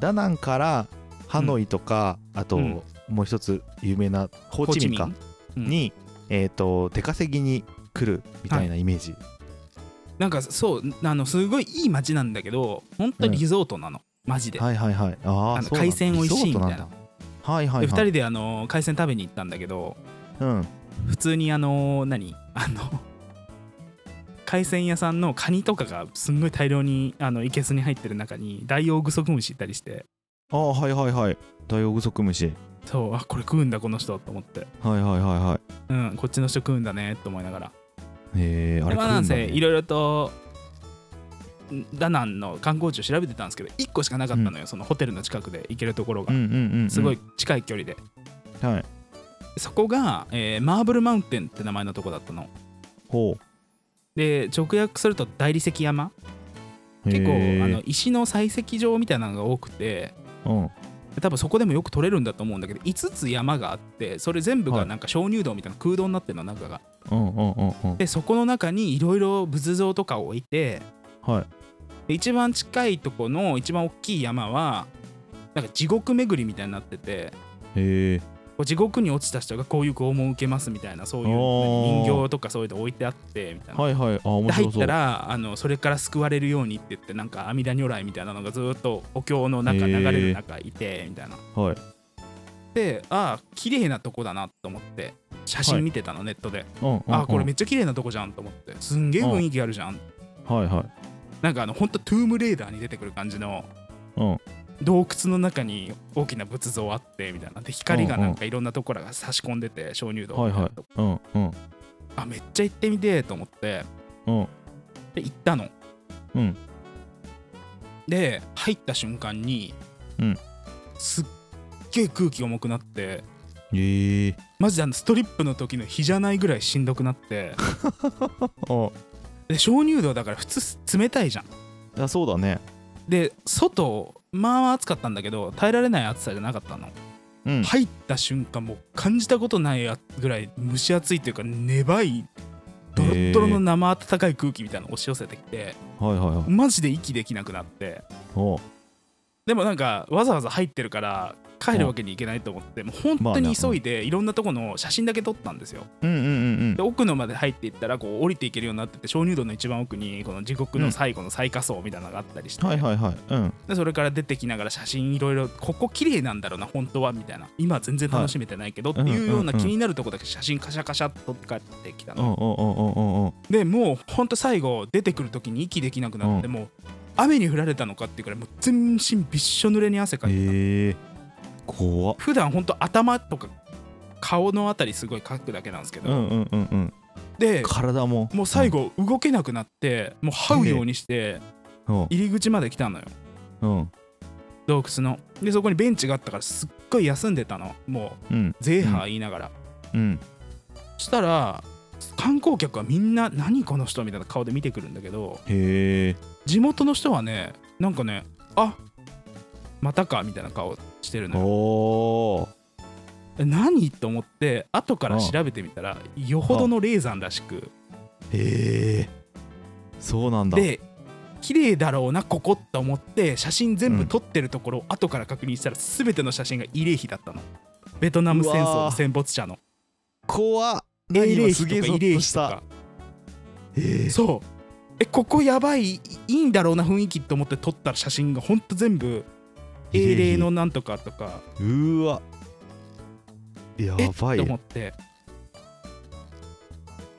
Speaker 2: ダナンからハノイとか、あと
Speaker 1: うん
Speaker 2: もう一つ有名なホーチミンか
Speaker 1: ホーチミンうん
Speaker 2: に、えー、と出稼ぎに来るみたいなイメージ、
Speaker 1: なんかそうあのすごいいい街なんだけど本当にリゾートなの、マジで
Speaker 2: はい、はいはいあ
Speaker 1: あ
Speaker 2: あ
Speaker 1: の海鮮美味しいみたいな
Speaker 2: はいはいはい
Speaker 1: で2人であの海鮮食べに行ったんだけど
Speaker 2: うん
Speaker 1: 普通にあの何あの海鮮屋さんのカニとかがすんごい大量にあのいけすに入ってる中にダイオウグソクムシいたりして
Speaker 2: ああはいはいはいダイオウグソクムシ
Speaker 1: そうあこれ食うんだこの人と思って
Speaker 2: はいはいはいは
Speaker 1: うんこっちの人食うんだねと思いながら
Speaker 2: いえー、あれ
Speaker 1: でまあ
Speaker 2: 来
Speaker 1: な
Speaker 2: る
Speaker 1: ん
Speaker 2: んだ、
Speaker 1: せ
Speaker 2: ね、
Speaker 1: いろいろとんダナンの観光地を調べてたんですけど1個しかなかったのよ、そのホテルの近くで行けるところ
Speaker 2: う
Speaker 1: が
Speaker 2: んうんうんうん
Speaker 1: すごい近い距離で
Speaker 2: はい
Speaker 1: そこが、えーマーブルマウンテンって名前のとこだったの
Speaker 2: ほ
Speaker 1: で直訳すると大理石山
Speaker 2: う
Speaker 1: 結構
Speaker 2: へー
Speaker 1: あの石の採石場みたいなのが多くて
Speaker 2: うん
Speaker 1: 多分そこでもよく取れるんだと思うんだけど5つ山があってそれ全部
Speaker 2: は
Speaker 1: が
Speaker 2: い
Speaker 1: なんか鍾乳洞みたいな空洞になってるの中が
Speaker 2: うんうんうんうん
Speaker 1: でそこの中にいろいろ仏像とかを置いて
Speaker 2: はい
Speaker 1: で一番近いとこの一番大きい山はなんか地獄巡りみたいになってて
Speaker 2: へえ
Speaker 1: こう地獄に落ちた人がこういう拷問を受けますみたいなそういう
Speaker 2: おー
Speaker 1: 人形とかそういうの置いてあってみたいな
Speaker 2: はいはいあ
Speaker 1: で
Speaker 2: 面
Speaker 1: 入
Speaker 2: 白
Speaker 1: っ
Speaker 2: そう
Speaker 1: たらあのそれから救われるようにって言ってなんか阿弥陀如来みたいなのがずっとお経の中
Speaker 2: へ
Speaker 1: 流
Speaker 2: ー
Speaker 1: れる中いてみたいな。
Speaker 2: はい
Speaker 1: でああ綺麗なとこだなと思って写
Speaker 2: は
Speaker 1: 真
Speaker 2: い
Speaker 1: 見てたのネットで、
Speaker 2: うんうんうん
Speaker 1: ああこれめっちゃ綺麗なとこじゃんと思ってすんげえ雰囲気あるじゃん。
Speaker 2: はいはい
Speaker 1: なんかあのほんとトゥームレーダーに出てくる感じの
Speaker 2: うん
Speaker 1: 洞窟の中に大きな仏像あってみたいなで光がなんかいろんなところが差し込んでて鍾乳洞
Speaker 2: はい
Speaker 1: みたいな
Speaker 2: は
Speaker 1: いとこ
Speaker 2: うんうん
Speaker 1: あめっちゃ行ってみてえと思って
Speaker 2: うん
Speaker 1: で行ったの
Speaker 2: うん
Speaker 1: で入った瞬間に、
Speaker 2: うん
Speaker 1: すっげえ空気重くなって
Speaker 2: ええ
Speaker 1: マジであのストリップの時の日じゃないぐらいしんどくなって
Speaker 2: あ
Speaker 1: で鍾乳洞だから普通冷たいじゃん
Speaker 2: いやそうだね
Speaker 1: で外まあまあ暑かったんだけど耐えられない暑さじゃなかったの
Speaker 2: うん
Speaker 1: 入った瞬間もう感じたことないぐらい蒸し暑いというか粘いドロッドロの生暖かい空気みたいなの押し寄せてきて
Speaker 2: はいはいはい
Speaker 1: マジで息できなくなって
Speaker 2: お
Speaker 1: でもなんかわざわざ入ってるから帰るわけにいけないと思ってもう本
Speaker 2: ま
Speaker 1: 当
Speaker 2: あ
Speaker 1: に
Speaker 2: ね
Speaker 1: 急いでいろんなとこの写真だけ撮ったんですよ
Speaker 2: うんうんうん
Speaker 1: で奥のまで入っていったらこう降りていけるようになってて鍾乳洞の一番奥にこの地獄の最後の最下層みたいなのがあったりして、
Speaker 2: うんはいはいはいうん
Speaker 1: でそれから出てきながら写真いろいろここ綺麗なんだろうな本当はみたいな今は全然楽しめてないけどって
Speaker 2: はい
Speaker 1: いうよう
Speaker 2: うんうんう
Speaker 1: なん気になるとこだけ写真カシャカシャっと撮ってきた
Speaker 2: う
Speaker 1: の
Speaker 2: んうんうんうんうんうん
Speaker 1: でもうほんと最後出てくる時に息できなくなって
Speaker 2: う
Speaker 1: もう雨に降られたのかっていうくらいもう全身びっしょ濡れに汗かいてた
Speaker 2: ええ怖っ
Speaker 1: 普段ほんと頭とか顔のあたりすごい描くだけなんですけ
Speaker 2: う
Speaker 1: ど
Speaker 2: んうんうんうん
Speaker 1: で
Speaker 2: 体も
Speaker 1: もう最後動けなくなってもう這うようにして
Speaker 2: うん
Speaker 1: 入り口まで来たのよ
Speaker 2: うん
Speaker 1: 洞窟のでそこにベンチがあったからすっごい休んでたのもう
Speaker 2: うん
Speaker 1: ゼーハー言いながら、
Speaker 2: うん
Speaker 1: したら観光客はみんな何この人みたいな顔で見てくるんだけど
Speaker 2: へえ
Speaker 1: 地元の人はねなんかねあまたかみたいな顔してるのよ
Speaker 2: おー
Speaker 1: え何と思って後から調べてみたらよほどの霊山らしく
Speaker 2: へえそうなんだ
Speaker 1: で綺麗だろうなここと思って写真全部撮ってるところを後から確認したら全ての写真が慰霊碑だったのベトナム戦
Speaker 2: う
Speaker 1: 争
Speaker 2: わ
Speaker 1: の
Speaker 2: ー
Speaker 1: 戦没者の
Speaker 2: 怖っ
Speaker 1: 英
Speaker 2: 何
Speaker 1: 霊
Speaker 2: 今
Speaker 1: 碑
Speaker 2: す
Speaker 1: とか
Speaker 2: げえ
Speaker 1: 慰霊
Speaker 2: ゾッと
Speaker 1: 碑
Speaker 2: し
Speaker 1: と
Speaker 2: た
Speaker 1: か
Speaker 2: え
Speaker 1: そうえここやばいいいんだろうな雰囲気と思って撮った写真がほんと全部英霊のなんとかとか
Speaker 2: うーわや
Speaker 1: え
Speaker 2: ばい
Speaker 1: と思って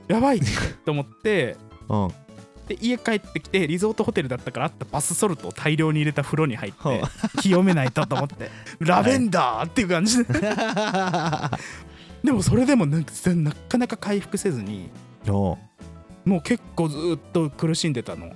Speaker 1: やばいと思って
Speaker 2: うんは
Speaker 1: で家帰ってきてリゾートホテルだったからあったバスソルトを大量に入れた風呂に入っ
Speaker 2: は
Speaker 1: て清めないとと思 ってラベンダーっていう感じで でもそれでもなんかなかなか回復せずに
Speaker 2: うん
Speaker 1: もう結構ずーっと苦しんでたの
Speaker 2: へ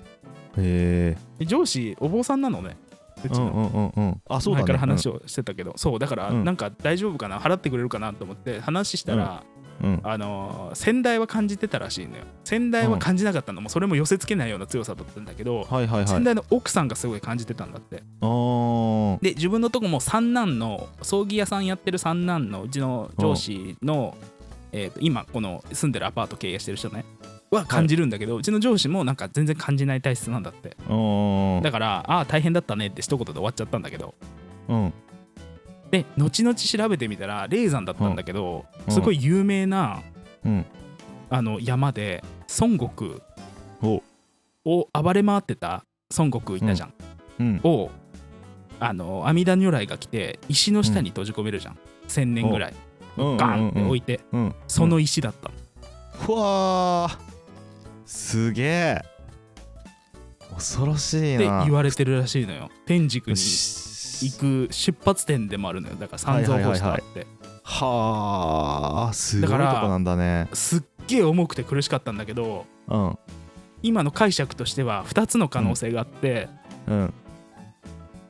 Speaker 2: え
Speaker 1: 上司お坊さんなのねう
Speaker 2: う
Speaker 1: ちの
Speaker 2: んうんうんうん あそう
Speaker 1: 前
Speaker 2: だね
Speaker 1: から話をしてたけどそうだから
Speaker 2: うん
Speaker 1: なんか大丈夫かな払ってくれるかなと思って話したら
Speaker 2: ううん
Speaker 1: あのー先代は感じてたらしいのよ先代は感じなかったの、もうそれも寄せ付けないような強さだったんだけど、
Speaker 2: はいはいはい
Speaker 1: 先代の奥さんがすごい感じてたんだって
Speaker 2: あー
Speaker 1: で自分のとこも三男の葬儀屋さんやってる三男のうちの上司の、えーと今この住んでるアパート経営してる人ねは感じるんだけど、うちの上司もなんか全然感じない体質なんだって
Speaker 2: あー
Speaker 1: だからああ大変だったねって一言で終わっちゃったんだけど
Speaker 2: うん
Speaker 1: で後々調べてみたら霊山だったんだけど、
Speaker 2: うん
Speaker 1: すごい有名な
Speaker 2: うん
Speaker 1: あの山で孫悟空
Speaker 2: お
Speaker 1: を暴れ回ってた孫悟空いたじゃん、
Speaker 2: うん
Speaker 1: をあの阿弥陀如来が来て石の下に閉じ込めるじゃん、1,000年ぐらい
Speaker 2: うん
Speaker 1: ガンって置
Speaker 2: い
Speaker 1: いて、
Speaker 2: うん
Speaker 1: その石だったの、
Speaker 2: うわーすげえ恐ろしい
Speaker 1: って
Speaker 2: な
Speaker 1: 言われてるらしいのよ天竺に
Speaker 2: し
Speaker 1: 行く出発点でもあるのよだから三蔵法師とあって、
Speaker 2: はあすごいとこ
Speaker 1: だから
Speaker 2: なんだね
Speaker 1: すっげえ重くて苦しかったんだけど
Speaker 2: うん
Speaker 1: 今の解釈としては2つの可能性があって、
Speaker 2: うん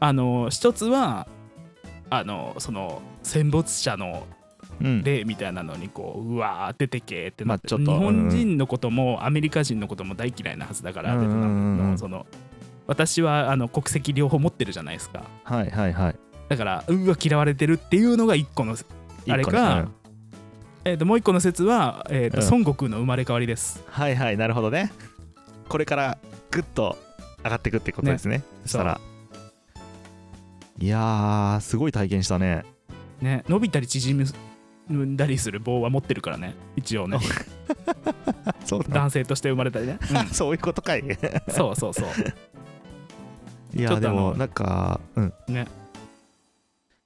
Speaker 1: あの1つはあのその戦没者の
Speaker 2: うん
Speaker 1: 霊みたいなのにこううわー出てけってなって、
Speaker 2: まあちょっと
Speaker 1: 日本人のこともアメリカ人のことも大嫌いなはずだから、
Speaker 2: うんうんうんうん
Speaker 1: ベトナムのその私はあの国籍両方持ってるじゃないですか
Speaker 2: はいはいはい
Speaker 1: だからうわ嫌われてるっていうのが一個の、あれか
Speaker 2: 一個ねうん
Speaker 1: えー、ともう一個の説は、えーと
Speaker 2: うん
Speaker 1: 孫悟空の生まれ変わりです
Speaker 2: はいはいなるほどねこれからグッと上がっていくってことですねそしたらいやーすごい体験したね
Speaker 1: ね伸びたり縮んだりする棒は持ってるからね一応ね
Speaker 2: そうだ
Speaker 1: 男性として生まれたりね、う
Speaker 2: そういうこ とかい
Speaker 1: ん、そうそうそう
Speaker 2: い
Speaker 1: ちょ
Speaker 2: や
Speaker 1: っ
Speaker 2: で
Speaker 1: とあの
Speaker 2: もなんかうん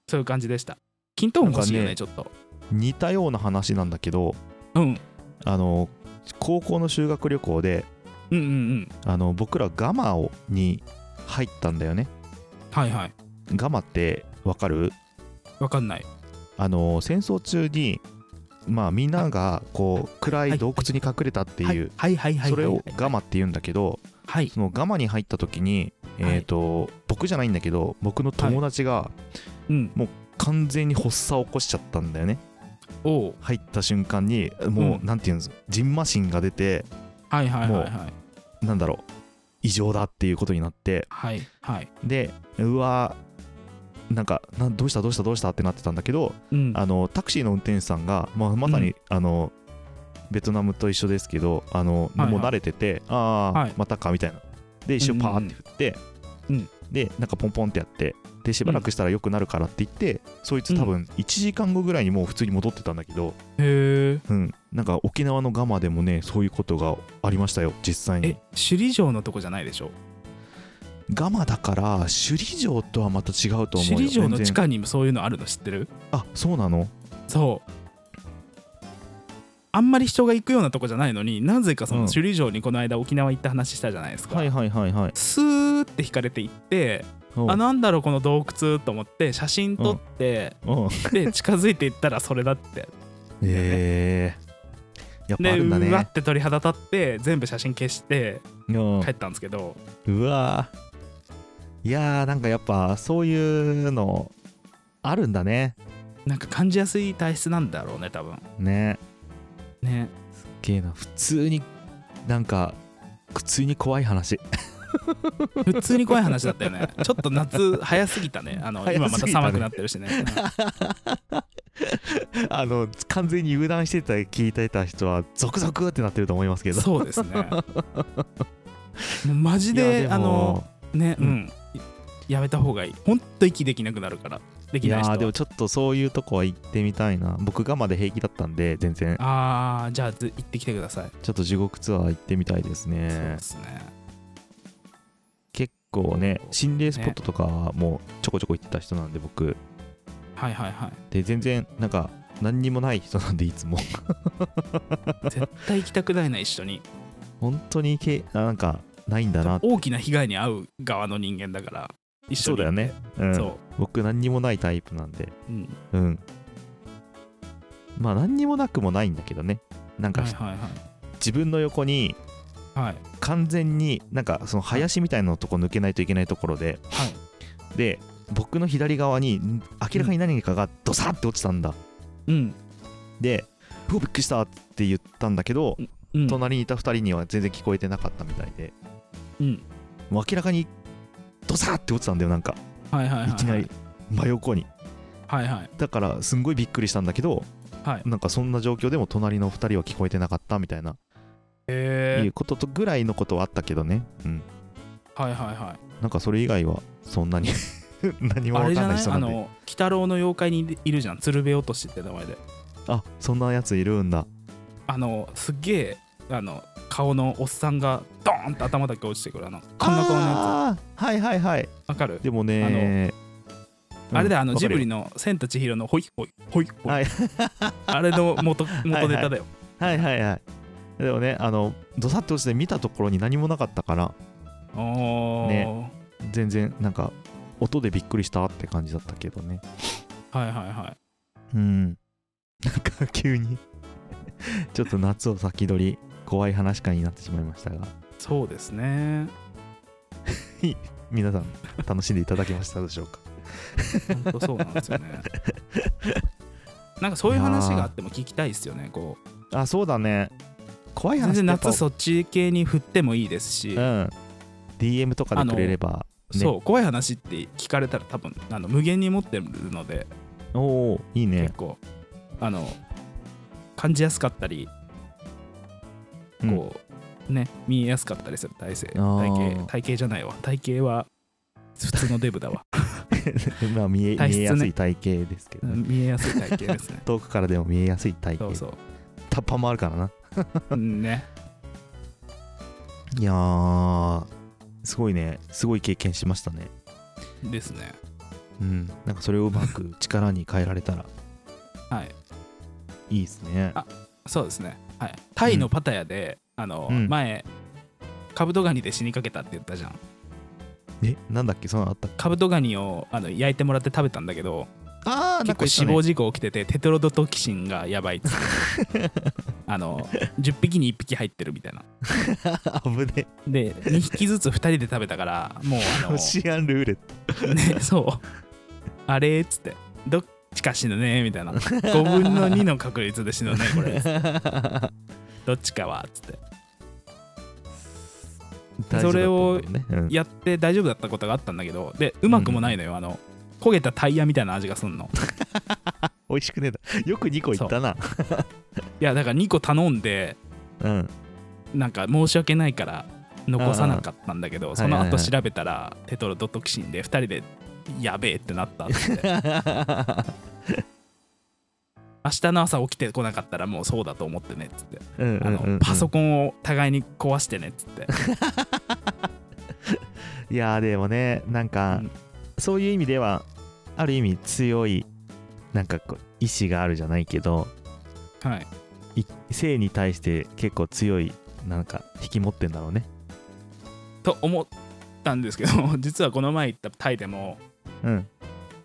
Speaker 1: そういう感じでした均等も欲しいよね
Speaker 2: なん
Speaker 1: ちょっと
Speaker 2: 似たような話なんだけど
Speaker 1: うん
Speaker 2: あの高校の修学旅行で
Speaker 1: うんうんうん
Speaker 2: あの僕らガマをに入ったんだよね
Speaker 1: はいはい
Speaker 2: ガマってわかる
Speaker 1: わかんない
Speaker 2: あの戦争中にまあみんながこう暗い洞窟に隠れたっていう
Speaker 1: はいはいはいはいはい
Speaker 2: それをガマって言うんだけど
Speaker 1: はい
Speaker 2: そのガマに入った時に
Speaker 1: はい
Speaker 2: えっと僕じゃないんだけど僕の友達が
Speaker 1: うん
Speaker 2: 完全に発作を起こしちゃったんだよね
Speaker 1: おう
Speaker 2: 入った瞬間にも
Speaker 1: う
Speaker 2: うなんていうんですジンマシンが出て
Speaker 1: はいはいはいはい
Speaker 2: なんだろう異常だっていうことになって
Speaker 1: はいはい
Speaker 2: でうわーなんかなんどうしたどうしたどうしたってなってたんだけど、
Speaker 1: うん
Speaker 2: あのタクシーの運転手さんが、まあ、まさ
Speaker 1: う
Speaker 2: に、
Speaker 1: ん
Speaker 2: あのベトナムと一緒ですけどあの、
Speaker 1: はいはい
Speaker 2: もう慣れててああ、
Speaker 1: はい
Speaker 2: またかみたいなで一瞬パーって振って、
Speaker 1: うんうんうん
Speaker 2: でなんかポンポンってやってでしばらくしたら良くなるからって言って、そいつ多分1時間後ぐらいにもう普通に戻ってたんだけど、
Speaker 1: へ
Speaker 2: うん、なんか沖縄のガマでもねそういうことがありましたよ実際
Speaker 1: ええ
Speaker 2: に
Speaker 1: 首里城のとこじゃないでしょ
Speaker 2: ガマだから首里城とはまた違うと思うよ
Speaker 1: 首里城の
Speaker 2: 全然
Speaker 1: 地下にもそういうのあるの知ってる
Speaker 2: あそうなの
Speaker 1: そうあんまり人が行くようなとこじゃないのになぜかその
Speaker 2: うん
Speaker 1: 首里城にこの間沖縄行った話したじゃないですか、
Speaker 2: はいはいはいはい
Speaker 1: スーって引かれて行って
Speaker 2: うん
Speaker 1: あなんだろうこの洞窟と思って写真撮って、
Speaker 2: うん
Speaker 1: で近づいていったらそれだって
Speaker 2: えー、やっぱ
Speaker 1: で
Speaker 2: あるんだ
Speaker 1: うわ
Speaker 2: ね
Speaker 1: って鳥肌立って全部写真消して
Speaker 2: うん
Speaker 1: 帰ったんですけど、
Speaker 2: うわーいやーなんかやっぱそういうのあるんだね
Speaker 1: なんか感じやすい体質なんだろうね多分
Speaker 2: ね
Speaker 1: ね
Speaker 2: すっげえな普通になんか普通に怖い話
Speaker 1: 普通に怖い話だったよねちょっと夏早すぎたねあの
Speaker 2: 早すぎたね
Speaker 1: 今また寒くなってるしね
Speaker 2: あの完全に油断してた聞いてた人はゾクゾクってなってると思いますけど
Speaker 1: そうですねもうマジ
Speaker 2: いや
Speaker 1: で
Speaker 2: も
Speaker 1: あのねう
Speaker 2: うん
Speaker 1: んやめた方がいいほんと息できなくなるからで
Speaker 2: い
Speaker 1: きない
Speaker 2: や
Speaker 1: 人
Speaker 2: ー
Speaker 1: は
Speaker 2: でもちょっとそういうとこは行ってみたいな僕がまで平気だったんで全然
Speaker 1: あーじゃあず行ってきてください、
Speaker 2: ちょっと地獄ツアー行ってみたいですね
Speaker 1: そうですね
Speaker 2: 結構ね心霊スポッ
Speaker 1: ね
Speaker 2: トとかはもうちょこちょこ行ってた人なんで僕
Speaker 1: はいはいはい
Speaker 2: で全然なんか何にもない人なんでいつも
Speaker 1: 絶対行きたくないな一緒に
Speaker 2: 本当にけあなんかないんだな
Speaker 1: 大きな被害に遭う側の人間だから一緒
Speaker 2: そう
Speaker 1: に
Speaker 2: だよね、うん、
Speaker 1: そ
Speaker 2: 僕何にもないタイプなんで
Speaker 1: う、うん、
Speaker 2: うんまあ何にもなくもないんだけどねなんか
Speaker 1: はいはいは
Speaker 2: 自分の横に
Speaker 1: いはい
Speaker 2: 完全になんかその林みたいなとこ抜けないといけないところで、
Speaker 1: は
Speaker 2: で僕の左側にん明らかに何かがドサッて落ちたんだ、
Speaker 1: うん
Speaker 2: でうわびっくりしたって言ったんだけど、
Speaker 1: うん
Speaker 2: 隣にいた2人には全然聞こえてなかったみたいで
Speaker 1: うん
Speaker 2: もう明らかにドサーって落ちたんだよなんか
Speaker 1: はいはいはいはい
Speaker 2: いきなり真横に
Speaker 1: はいはい
Speaker 2: だからすんごいびっくりしたんだけど、
Speaker 1: はい
Speaker 2: なんかそんな状況でも隣の2人は聞こえてなかったみたいな、
Speaker 1: へ
Speaker 2: い
Speaker 1: え
Speaker 2: うこととぐらいのことはあったけどね、うん、
Speaker 1: はいはいはい
Speaker 2: なんかそれ以外はそんなに 何
Speaker 1: あ
Speaker 2: も分
Speaker 1: れじ
Speaker 2: か
Speaker 1: ゃな
Speaker 2: んない
Speaker 1: い
Speaker 2: 人な
Speaker 1: あ
Speaker 2: んで
Speaker 1: の鬼太郎の妖怪にいるじゃん鶴瓶落としって名前で
Speaker 2: あそんなやついるんだ
Speaker 1: あのすっげえあの顔のおっさんがドーンって頭だけ落ちてくるあのこんな顔のや
Speaker 2: あーはいはいはい
Speaker 1: つわかる
Speaker 2: でもね
Speaker 1: あれだよあのジブリ
Speaker 2: の
Speaker 1: の「千と千尋のホイホイホイホイ
Speaker 2: はい
Speaker 1: あれの元元ネタ だよ
Speaker 2: はいはいはいでもねあのどさっと落ちて見たところに何もなかったから
Speaker 1: おー
Speaker 2: 全然なんか音でびっくりしたって感じだったけどね
Speaker 1: はいはいはい
Speaker 2: うんなんか急に ちょっと夏を先取り怖い話かになってしまいましたが
Speaker 1: そうですね
Speaker 2: 皆さん楽しんでいただけましたでしょうか
Speaker 1: 本当そうなんですよねなんかそういう話があっても聞きたいですよねこう
Speaker 2: あそうだね怖い話
Speaker 1: 全然
Speaker 2: って
Speaker 1: 夏
Speaker 2: やっぱ
Speaker 1: そっち系に振ってもいいですし、
Speaker 2: うん、DM とかでくれれば、ね、
Speaker 1: そう怖い話って聞かれたら多分あの無限に持ってるので
Speaker 2: おおいいね
Speaker 1: 結構あの感じやすかったり
Speaker 2: うん
Speaker 1: こう、ね見えやすかったりする体勢
Speaker 2: あー
Speaker 1: 体型体型じゃないわ体型は普通のデブだ わ
Speaker 2: まあ見え
Speaker 1: 体質ね
Speaker 2: 見えやすい体型ですけ
Speaker 1: う
Speaker 2: どね、
Speaker 1: ん見えやすい体型ですね
Speaker 2: 遠くからでも見えやすい体
Speaker 1: そう
Speaker 2: 型
Speaker 1: そう
Speaker 2: タッパーもあるからな
Speaker 1: うんね
Speaker 2: いやーすごいねすごい経験しましたね
Speaker 1: ですね
Speaker 2: うんなんかそれをうまく力に変えられたら
Speaker 1: はい
Speaker 2: いいですね
Speaker 1: あそうですねはいタイのパタヤで、あの、
Speaker 2: うん
Speaker 1: 前カブトガニで死にかけたって言ったじゃん
Speaker 2: えなんだっけそんなのあったっけ
Speaker 1: カブトガニをあの焼いてもらって食べたんだけど
Speaker 2: あー
Speaker 1: 結構死亡事故起きててテトロドトキシンがやばいっつって あの10匹に1匹入ってるみたいな
Speaker 2: なんか言ったね 危ね
Speaker 1: で2匹ずつ2人で食べたからもうあ
Speaker 2: え
Speaker 1: の
Speaker 2: ロシアンルーレット
Speaker 1: ね、そう。あれっつって、どっちか死ぬねみたいな。5分の2の確率で死ぬねこ れ。どっちかはっつって。それを
Speaker 2: 大丈夫だったんだろうねうん
Speaker 1: やって大丈夫だったことがあったんだけど、で、うまくもないのよ。あの、焦げたタイヤみたいな味がすんの。
Speaker 2: 美味しくねえだよく2個いったない
Speaker 1: や、だから2個頼んで、
Speaker 2: うん
Speaker 1: なんか申し訳ないから残さなかったんだけ
Speaker 2: あ
Speaker 1: ど、
Speaker 2: あ
Speaker 1: その
Speaker 2: はいはい
Speaker 1: 後
Speaker 2: はい
Speaker 1: 調べたら、テトロドトキシンで2人でやべえってなったっつって。明日の朝起きてこなかったらもうそうだと思ってねっつって。
Speaker 2: うん
Speaker 1: あ
Speaker 2: うんうんう
Speaker 1: の
Speaker 2: ん
Speaker 1: パソコンを互いに壊してねっつ って。
Speaker 2: いやーでもねなんか、
Speaker 1: うん
Speaker 2: そういう意味ではある意味強いなんかこう意志があるじゃないけど
Speaker 1: はい
Speaker 2: い性に対して結構強いなんか引き持ってんだろうね
Speaker 1: と思ったんですけど実はこの前行ったタイでも
Speaker 2: うん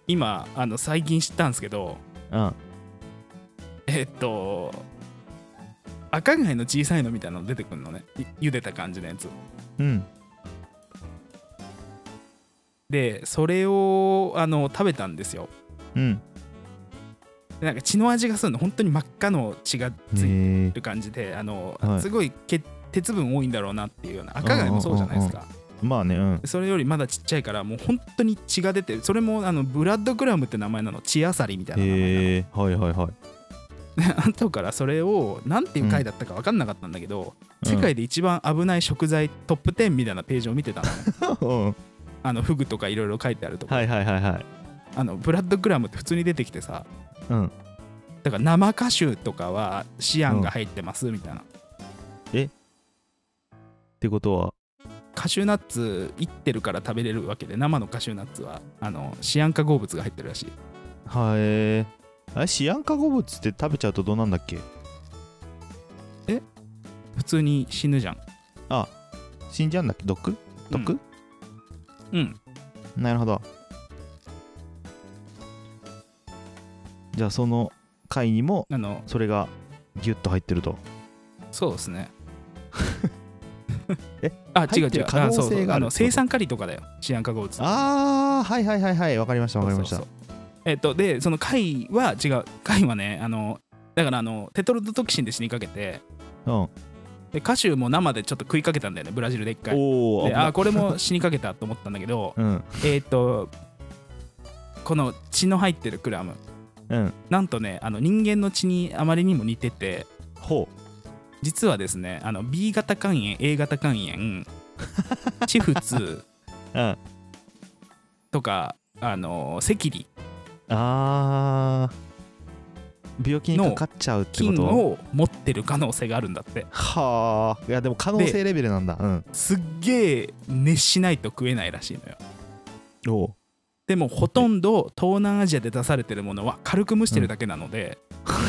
Speaker 1: 今あの最近知ったんですけど
Speaker 2: うん
Speaker 1: えっと赤貝の小さいのみたいなの出てくるのねい茹でた感じのやつ
Speaker 2: うん
Speaker 1: でそれをあの食べたんですよ
Speaker 2: うん
Speaker 1: でなんか血の味がするの本当に真っ赤の血がつい
Speaker 2: ねえ
Speaker 1: る感じで、あの
Speaker 2: はい
Speaker 1: すごいけ鉄分多いんだろうなっていうような赤貝もそうじゃないですか
Speaker 2: まあねうん
Speaker 1: それよりまだちっちゃいからもう本当に血が出てそれもあのブラッドクラムって名前なの血あさりみたいな名前なの、
Speaker 2: へえはいはいはい
Speaker 1: 後からそれを何ていう回だったか分かんなかったんだけど、
Speaker 2: うん
Speaker 1: 世界で一番危ない食材トップ10みたいなページを見てたの
Speaker 2: うん
Speaker 1: あのフグとかいろいろ書いてあるとか、
Speaker 2: はいはいはいはい
Speaker 1: あのブラッドグラムって普通に出てきてさ
Speaker 2: うん
Speaker 1: だから生カシュとかはシアンが入ってますみたいな、
Speaker 2: ってことは
Speaker 1: カシューナッツいってるから食べれるわけで生のカシューナッツはあのシアン化合物が入ってるらしい
Speaker 2: はいえあれシアン化合物って食べちゃうとどうなんだっけ
Speaker 1: 普通に死ぬじゃん
Speaker 2: 死んじゃうんだっけ毒毒、
Speaker 1: うん
Speaker 2: なるほどじゃあその貝にも
Speaker 1: あの
Speaker 2: それがギュッと入ってると
Speaker 1: そうですね
Speaker 2: え
Speaker 1: あ違う
Speaker 2: 入って
Speaker 1: 違う
Speaker 2: る可能性
Speaker 1: あそうそう
Speaker 2: があ
Speaker 1: あ
Speaker 2: る
Speaker 1: の生酸カリとかだよシアン化合物
Speaker 2: ああはいはいはいはいわかりましたわかりました
Speaker 1: そうそうそうえっとでその貝は違う貝はねあのだからあのテトロドトキシンで死にかけて
Speaker 2: うん、お
Speaker 1: で歌手も生でちょっと食いかけたんだよねブラジルで一回
Speaker 2: おー危
Speaker 1: で
Speaker 2: な
Speaker 1: あーこれも死にかけたと思ったんだけ ど
Speaker 2: うん
Speaker 1: えーっとこの血の入ってるクラム
Speaker 2: うん
Speaker 1: なんとねあの人間の血にあまりにも似てて
Speaker 2: ほ
Speaker 1: 実はですねあの B 型肝炎 A 型肝 炎チフツ
Speaker 2: ううん
Speaker 1: とかあの赤痢
Speaker 2: あー病気にか
Speaker 1: の
Speaker 2: かっちゃうってこ
Speaker 1: 菌
Speaker 2: と
Speaker 1: を持ってる可能性があるんだって
Speaker 2: はあいやでも可能性レベルなんだうん
Speaker 1: すっげえ熱しないと食えないらしいのよ
Speaker 2: おう
Speaker 1: でもほとんど東南アジアで出されてるものは軽く蒸してるだけなので、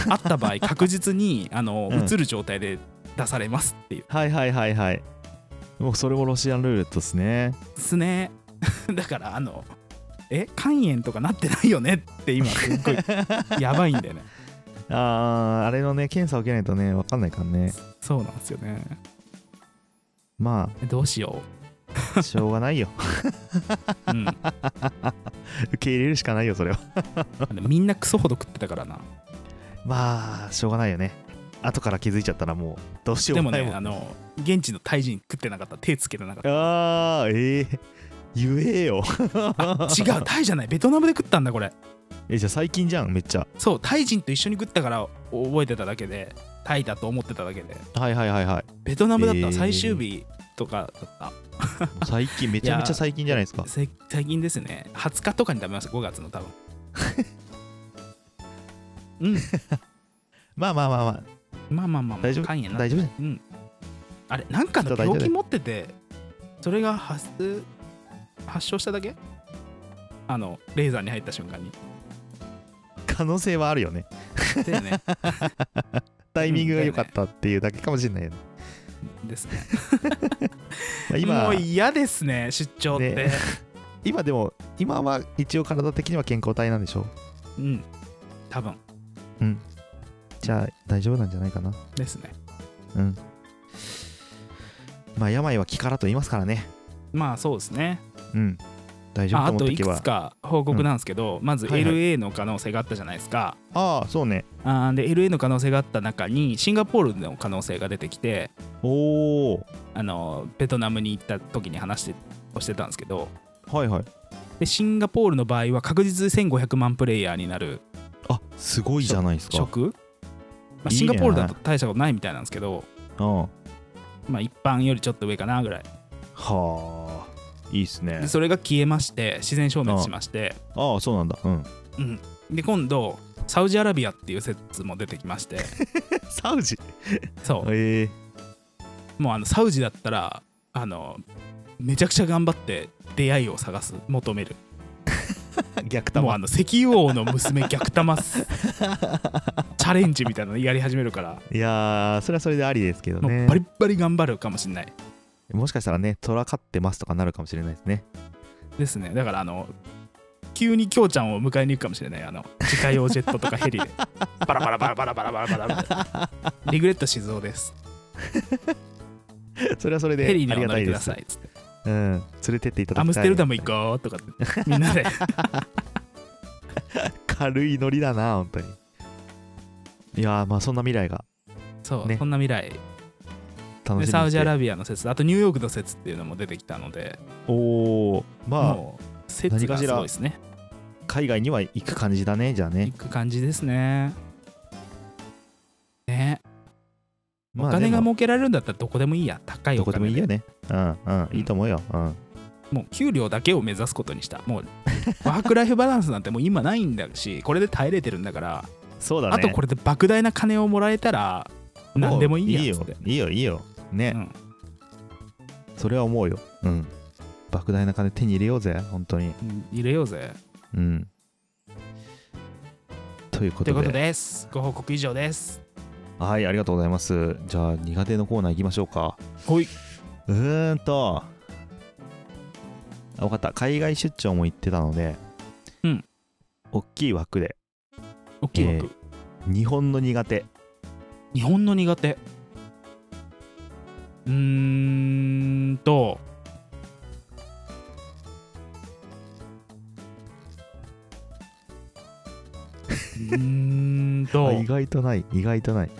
Speaker 1: あった 場合確実にあの
Speaker 2: うん
Speaker 1: 映る状態で出されますっていう
Speaker 2: はいはいはいはいもうそれもロシアンルーレットですね
Speaker 1: すね だからあのえ肝炎とかなってないよねって今す っごいやばいんだよね
Speaker 2: あーあれのね検査を受けないとね分かんないからね
Speaker 1: そうなんですよね
Speaker 2: ま
Speaker 1: どうしよ
Speaker 2: あしょうが ないよ
Speaker 1: う、うん、
Speaker 2: 受け入れるしかないよそれは
Speaker 1: でもみんなクソほど食ってた からな
Speaker 2: まあしょうがないよね後から気づいちゃったらもうどうしよ
Speaker 1: で
Speaker 2: う
Speaker 1: も
Speaker 2: もない
Speaker 1: ね
Speaker 2: もん
Speaker 1: あの現地のタイ人食ってなかった手つけてなか っ
Speaker 2: あーええ言えよ
Speaker 1: た違うタイじゃないベトナムで食ったんだこれ
Speaker 2: えじゃあ最近じゃんめっちゃ
Speaker 1: そうタイ人と一緒に食ったから覚えてただけでタイだと思ってただけで
Speaker 2: はいはいはいはい
Speaker 1: ベトナムだっ
Speaker 2: えー
Speaker 1: た最終日とかだった、
Speaker 2: 最近めちゃめちゃ最近じゃないですか
Speaker 1: せ最近ですね20日とかに食べました5月の多分うん
Speaker 2: まあまあまあまあ
Speaker 1: まあまあまあ、まあ、
Speaker 2: 大丈夫
Speaker 1: 肝炎な
Speaker 2: 大丈夫
Speaker 1: うんあれなんかの病気持っててそれが発発症しただけあのレーザーに入った瞬間に
Speaker 2: 可能性はあるよね
Speaker 1: だよ ね
Speaker 2: タイミングが良かったっていうだけかもしれないよね、
Speaker 1: ですね
Speaker 2: まあ
Speaker 1: もう
Speaker 2: 今
Speaker 1: 嫌ですね出張って、
Speaker 2: ね今でも今は一応体的には健康体なんでしょ
Speaker 1: うん多分
Speaker 2: じゃあ大丈夫なんじゃないかな
Speaker 1: ですね
Speaker 2: うんまあ病は気からと言いますからね
Speaker 1: まあそうですね
Speaker 2: うん大丈夫
Speaker 1: あ
Speaker 2: と
Speaker 1: あ
Speaker 2: 思っ
Speaker 1: と
Speaker 2: てお
Speaker 1: い
Speaker 2: け
Speaker 1: く
Speaker 2: ば
Speaker 1: つか報告なんですけど、まず
Speaker 2: はいはい
Speaker 1: LA の可能性があったじゃないですか、
Speaker 2: ああそうね
Speaker 1: あーで LA の可能性があった中にシンガポールの可能性が出てきて
Speaker 2: おお
Speaker 1: あのベトナムに行った時に話してをしてたんですけど
Speaker 2: はいはい
Speaker 1: でシンガポールの場合は確実に1500万プレイヤーになる
Speaker 2: あすごいじゃないですか
Speaker 1: 職、まあ、
Speaker 2: いいね
Speaker 1: シンガポールだと大したことないみたいなんですけど
Speaker 2: うんは
Speaker 1: まあ、一般よりちょっと上かなぐらい
Speaker 2: あいいっすね
Speaker 1: でそれが消えまして自然消滅しまして、
Speaker 2: ああそうなんだうん
Speaker 1: うん、で今度サウジアラビアっていう説も出てきまして
Speaker 2: サウジ
Speaker 1: そう
Speaker 2: ええ
Speaker 1: もうあのサウジだったらあのめちゃくちゃ頑張って出会いを探す求める
Speaker 2: 逆
Speaker 1: もうあ
Speaker 2: 玉
Speaker 1: の石油王の娘逆玉すチャレンジみたいなのやり始めるから、
Speaker 2: いやーそれはそれでありですけど
Speaker 1: も
Speaker 2: ね
Speaker 1: うバリッバリ頑張るかもしれない
Speaker 2: もしかしたらね虎飼ってますとかなるかもしれないですね
Speaker 1: ですねだからあの急にきょうちゃんを迎えに行くかもしれないあの自家用ジェットとかヘリでバラバラバラバラバラバラバラみたいなリグレット静雄です
Speaker 2: それはそれで
Speaker 1: ヘリに
Speaker 2: あ
Speaker 1: お
Speaker 2: りが
Speaker 1: 乗
Speaker 2: たい
Speaker 1: りく
Speaker 2: で
Speaker 1: だ
Speaker 2: す
Speaker 1: さ。いっつって
Speaker 2: うん、連れてっていただきたい。
Speaker 1: アムステルダム行こうとかってみんなで
Speaker 2: 軽いノリだな、本当に。いやー、まあそんな未来が
Speaker 1: そう、
Speaker 2: ね
Speaker 1: そんな未来
Speaker 2: 楽しみに
Speaker 1: で
Speaker 2: して。
Speaker 1: サウジアラビアの説あとニューヨークの説っていうのも出てきたので
Speaker 2: おー、まあ
Speaker 1: もう説がすごいですね
Speaker 2: 海外には行く感じだね、じゃあね
Speaker 1: 行。く感じですねね
Speaker 2: まあ
Speaker 1: お金が
Speaker 2: でも
Speaker 1: 儲けられるんだったらどこでもいいや高い
Speaker 2: ど
Speaker 1: お
Speaker 2: こでも
Speaker 1: 金
Speaker 2: いいよね。うん、うん、
Speaker 1: うん
Speaker 2: いいと思うよ。うん。
Speaker 1: もう給料だけを目指すことにしたもうワークライフバランスなんてもう今ないんだしこれで耐えれてるんだから
Speaker 2: そうだね。
Speaker 1: あとこれで莫大な金をもらえたら何でもいいやっつって
Speaker 2: もういいよ、いいよ、いいよ。ね、
Speaker 1: うん
Speaker 2: それは思うよ。うん。莫大な金手に入れようぜ、本当に。
Speaker 1: うん入れようぜ
Speaker 2: うん。ということと
Speaker 1: いう
Speaker 2: で。
Speaker 1: ことですご報告以上です
Speaker 2: はい、ありがとうございます。じゃあ、苦手のコーナー行きましょうか。
Speaker 1: ほいう
Speaker 2: ーんとあ分かった海外出張も行ってたので
Speaker 1: うん
Speaker 2: 大きい枠で
Speaker 1: 大きい枠、
Speaker 2: えー日本の苦手
Speaker 1: 日本の苦手うーんとうーんど
Speaker 2: あ意外とない意外とない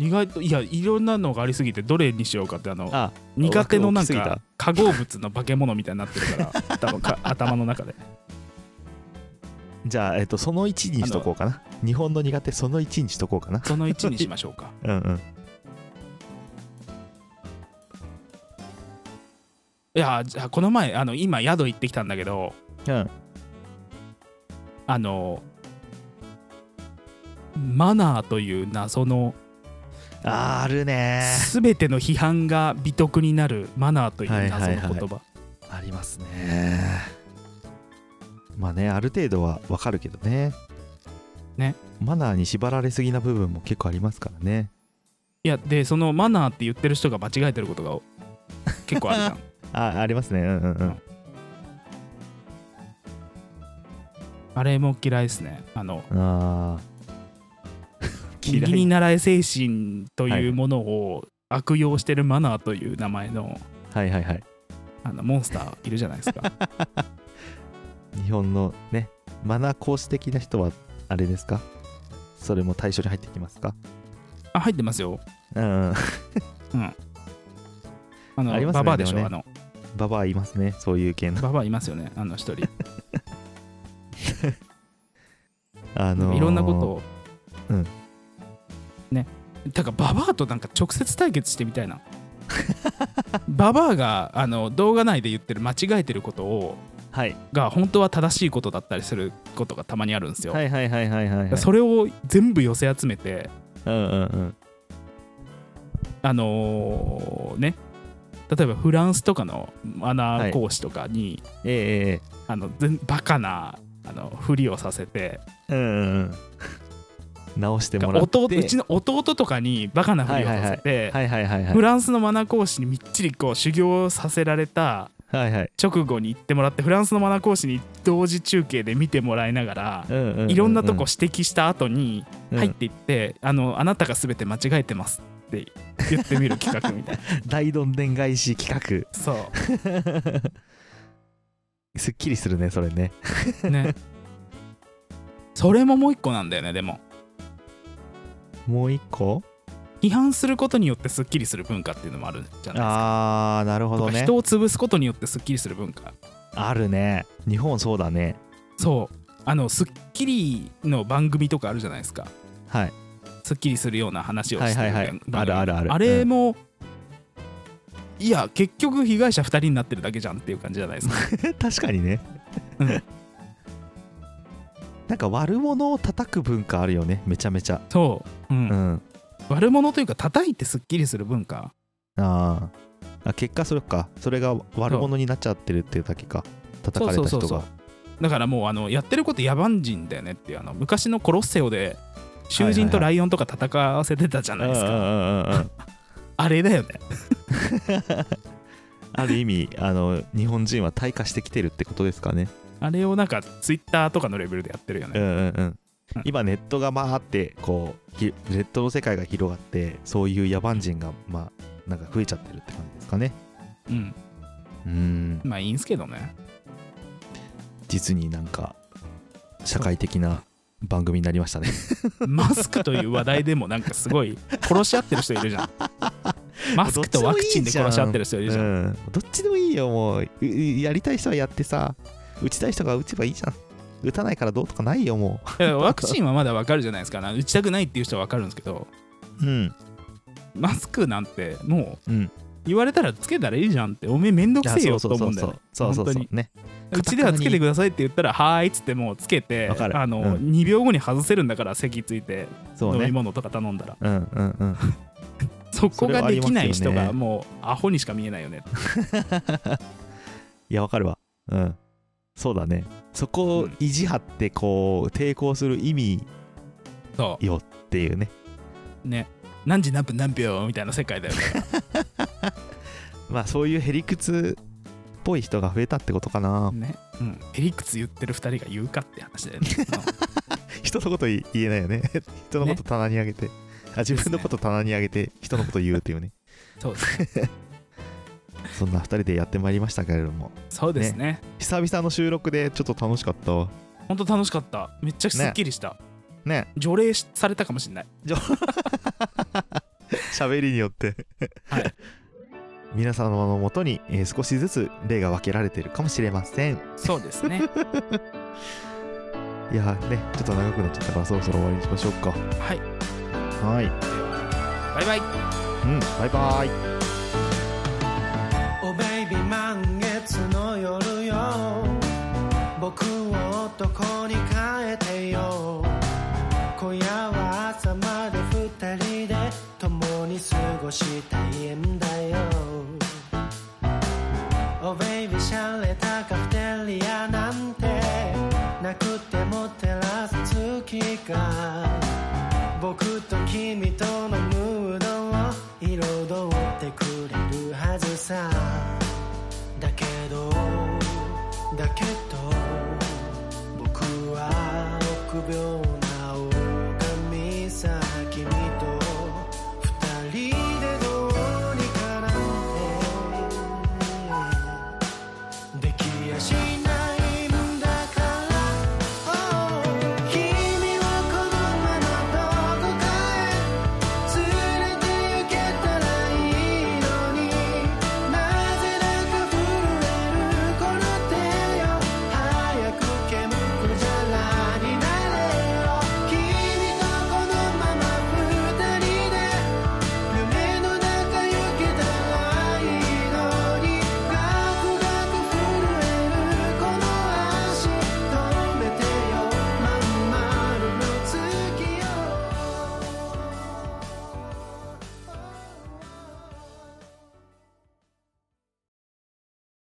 Speaker 1: 意外といやいろんなのがありすぎてどれにしようかってあの
Speaker 2: あ
Speaker 1: 苦手のなん
Speaker 2: 大きすぎた
Speaker 1: か化合物の化け物みたいになってるから多分か頭の中で
Speaker 2: じゃあ、えっと、その1にしとこうかな日本の苦手その1にしとこうかな
Speaker 1: その1にしましょうか
Speaker 2: うんうん
Speaker 1: いやじゃあこの前あの今宿行ってきたんだけど
Speaker 2: うん
Speaker 1: あのマナーという謎の
Speaker 2: あーあるね
Speaker 1: 全ての批判が美徳になるマナーという謎の言葉、
Speaker 2: はいはいありますねまあねある程度はわかるけどね
Speaker 1: ね
Speaker 2: マナーに縛られすぎな部分も結構ありますからね
Speaker 1: いやでそのマナーって言ってる人が間違えてることが結構あるじ ゃん
Speaker 2: あありますねうんうんうん
Speaker 1: あれも嫌いですねあの
Speaker 2: あ ー
Speaker 1: 右に習え精神と
Speaker 2: はいいう
Speaker 1: ものを悪用してるマナーという名前の
Speaker 2: はいはいはい
Speaker 1: あのモンスターいるじゃないです か
Speaker 2: 日本のねマナー講師的な人はあれですかそれも対象に入ってきますか
Speaker 1: あ入ってますよ
Speaker 2: うんうん
Speaker 1: あの
Speaker 2: ありますね
Speaker 1: ババアでしょ
Speaker 2: でも
Speaker 1: あの
Speaker 2: ババアいますねそういう系の
Speaker 1: ババアいますよねあの一人、
Speaker 2: あのー
Speaker 1: いろんなことを
Speaker 2: うん
Speaker 1: ねだからババアとなんか直接対決してみたいな ババアがあの動画内で言ってる間違えてることを
Speaker 2: はい
Speaker 1: が本当は正しいことだったりすることがたまにあるんですよ、
Speaker 2: はいはいはいはいはい、はい、
Speaker 1: それを全部寄せ集めて
Speaker 2: うんうんうん
Speaker 1: あのーね例えばフランスとかのマナー講師とかに、
Speaker 2: えええ
Speaker 1: あの全バカなあのふりをさせて
Speaker 2: えうんうんうん 直してもらって
Speaker 1: 弟うちの弟とかにバカなふりをさせて、
Speaker 2: はいはいはいはい
Speaker 1: フランスのマナー講師にみっちりこう修行させられた
Speaker 2: はいはい
Speaker 1: 直後に行ってもらってフランスのマナー講師に同時中継で見てもらいながら、
Speaker 2: うんうんうう
Speaker 1: いろんなとこ指摘した後に
Speaker 2: うん
Speaker 1: 入っていって、あのあなたが全て間違えてますって言ってみる企画みたいな
Speaker 2: 大どんでん返し企
Speaker 1: そ
Speaker 2: 画 すっきりするねそれね
Speaker 1: うねそれももう一個なんだよねでも
Speaker 2: もう一個
Speaker 1: 批判することによってすっきりする文化っていうのもあるじゃないですか
Speaker 2: あーなるほ
Speaker 1: と
Speaker 2: ど
Speaker 1: か
Speaker 2: ね
Speaker 1: 人を潰すことによってすっきりする文化
Speaker 2: あるね日本そうだね
Speaker 1: そうあの『スッキリ』の番組とかあるじゃないですか
Speaker 2: はい
Speaker 1: すっきりするような話をしてる
Speaker 2: はいはいはい
Speaker 1: 番組
Speaker 2: あるあるある
Speaker 1: あれも、いや結局被害者2人になってるだけじゃんっていう感じじゃないですか
Speaker 2: 確かにね
Speaker 1: うん
Speaker 2: なんか悪者を叩く文化あるよねめちゃめちゃ
Speaker 1: そう、うん
Speaker 2: うん
Speaker 1: 悪者というか叩いてすっきりする文化
Speaker 2: あーあ結果それかそれが悪者になっちゃってるっていうだけか叩かれた人が
Speaker 1: そうそうそうだからもうあのやってること野蛮人だよねっていうあの昔のコロッセオで囚人とライオンとか戦わせてたじゃないですか、
Speaker 2: うんうんうんうんうん
Speaker 1: あれだよね
Speaker 2: ある意味あの日本人は退化してきてるってことですかね
Speaker 1: あれをなんかツイッターとかのレベルでやってるよ
Speaker 2: う
Speaker 1: ね、
Speaker 2: んうんうん今ネットがまああってこうひネットの世界が広がってそういう野蛮人がまあなんか増えちゃってるって感じですかね
Speaker 1: うん、
Speaker 2: うん
Speaker 1: まあいいんすけどね
Speaker 2: 実になんか社会的な番組になりましたね
Speaker 1: マスクという話題でもなんかすごい殺し合ってる人いるじゃ ん。マスクとワクチンで殺し合ってる人いうるじゃん。
Speaker 2: んどっちでもいいよもうううやりたい人はやってさ打ちたい人が打てばいいじゃん打たないからどうとかないよも
Speaker 1: だからワクチンはまだわかるじゃないですか。なんか打ちたくないっていう人はわかるんですけど、
Speaker 2: ううん
Speaker 1: マスクなんてもう
Speaker 2: うん
Speaker 1: 言われたらつけたらいいじゃんって、おめえめんどくせえよと思うんだよ、ね。
Speaker 2: そうそうそうそうそ
Speaker 1: 本
Speaker 2: うそうね
Speaker 1: 当にうちではつけてくださいって言ったら、はーいっつってもうつけて、
Speaker 2: わかる
Speaker 1: あの、
Speaker 2: う
Speaker 1: 2秒後に外せるんだから席ついて
Speaker 2: そう
Speaker 1: 飲み
Speaker 2: ね
Speaker 1: 物とか頼んだら、
Speaker 2: うんうんうん
Speaker 1: そこができない
Speaker 2: そ
Speaker 1: 人
Speaker 2: れはありますよね
Speaker 1: がもうアホにしか見えないよね。
Speaker 2: いや、わかるわ。うん。そうだね。そこを意地張って、こう、抵抗する意味
Speaker 1: そ
Speaker 2: よっていうね。
Speaker 1: う。ね。何時何分何秒みたいな世界だよね。
Speaker 2: まあ、そういうへりくつっぽい人が増えたってことかな。
Speaker 1: ね、うん、へりくつ言ってる2人が言うかって話だよね。
Speaker 2: 人のこと言言えないよね。 人のこと棚に上げて。あ自分のこと棚に上げて人のこと言うっていうね
Speaker 1: うんそうですね。
Speaker 2: そんな2人でやってまいりましたけれども
Speaker 1: そうですね。
Speaker 2: 久々の収録でちょっと楽しかったわ
Speaker 1: ほんと楽しかった。めっちゃすっきりした。
Speaker 2: ね
Speaker 1: 除霊しされたかもしれない
Speaker 2: 喋りによって
Speaker 1: はい
Speaker 2: 皆様のもとに、えー少しずつ例が分けられてるかもしれません
Speaker 1: そうですね
Speaker 2: いやーねちょっと長くなっちゃったからそろそろ終わりにしましょうか
Speaker 1: はい
Speaker 2: はい
Speaker 1: バイバイ
Speaker 2: うんバイバーイ
Speaker 3: おベイビー満月の夜よ僕を男に変えてよ今夜は朝まで二人で共に過ごしたいんだよおベイビーシャレたカフテリアなんてなくても照らす月が僕と君とのムードを彩ってくれるはずさだけどだけど僕は臆病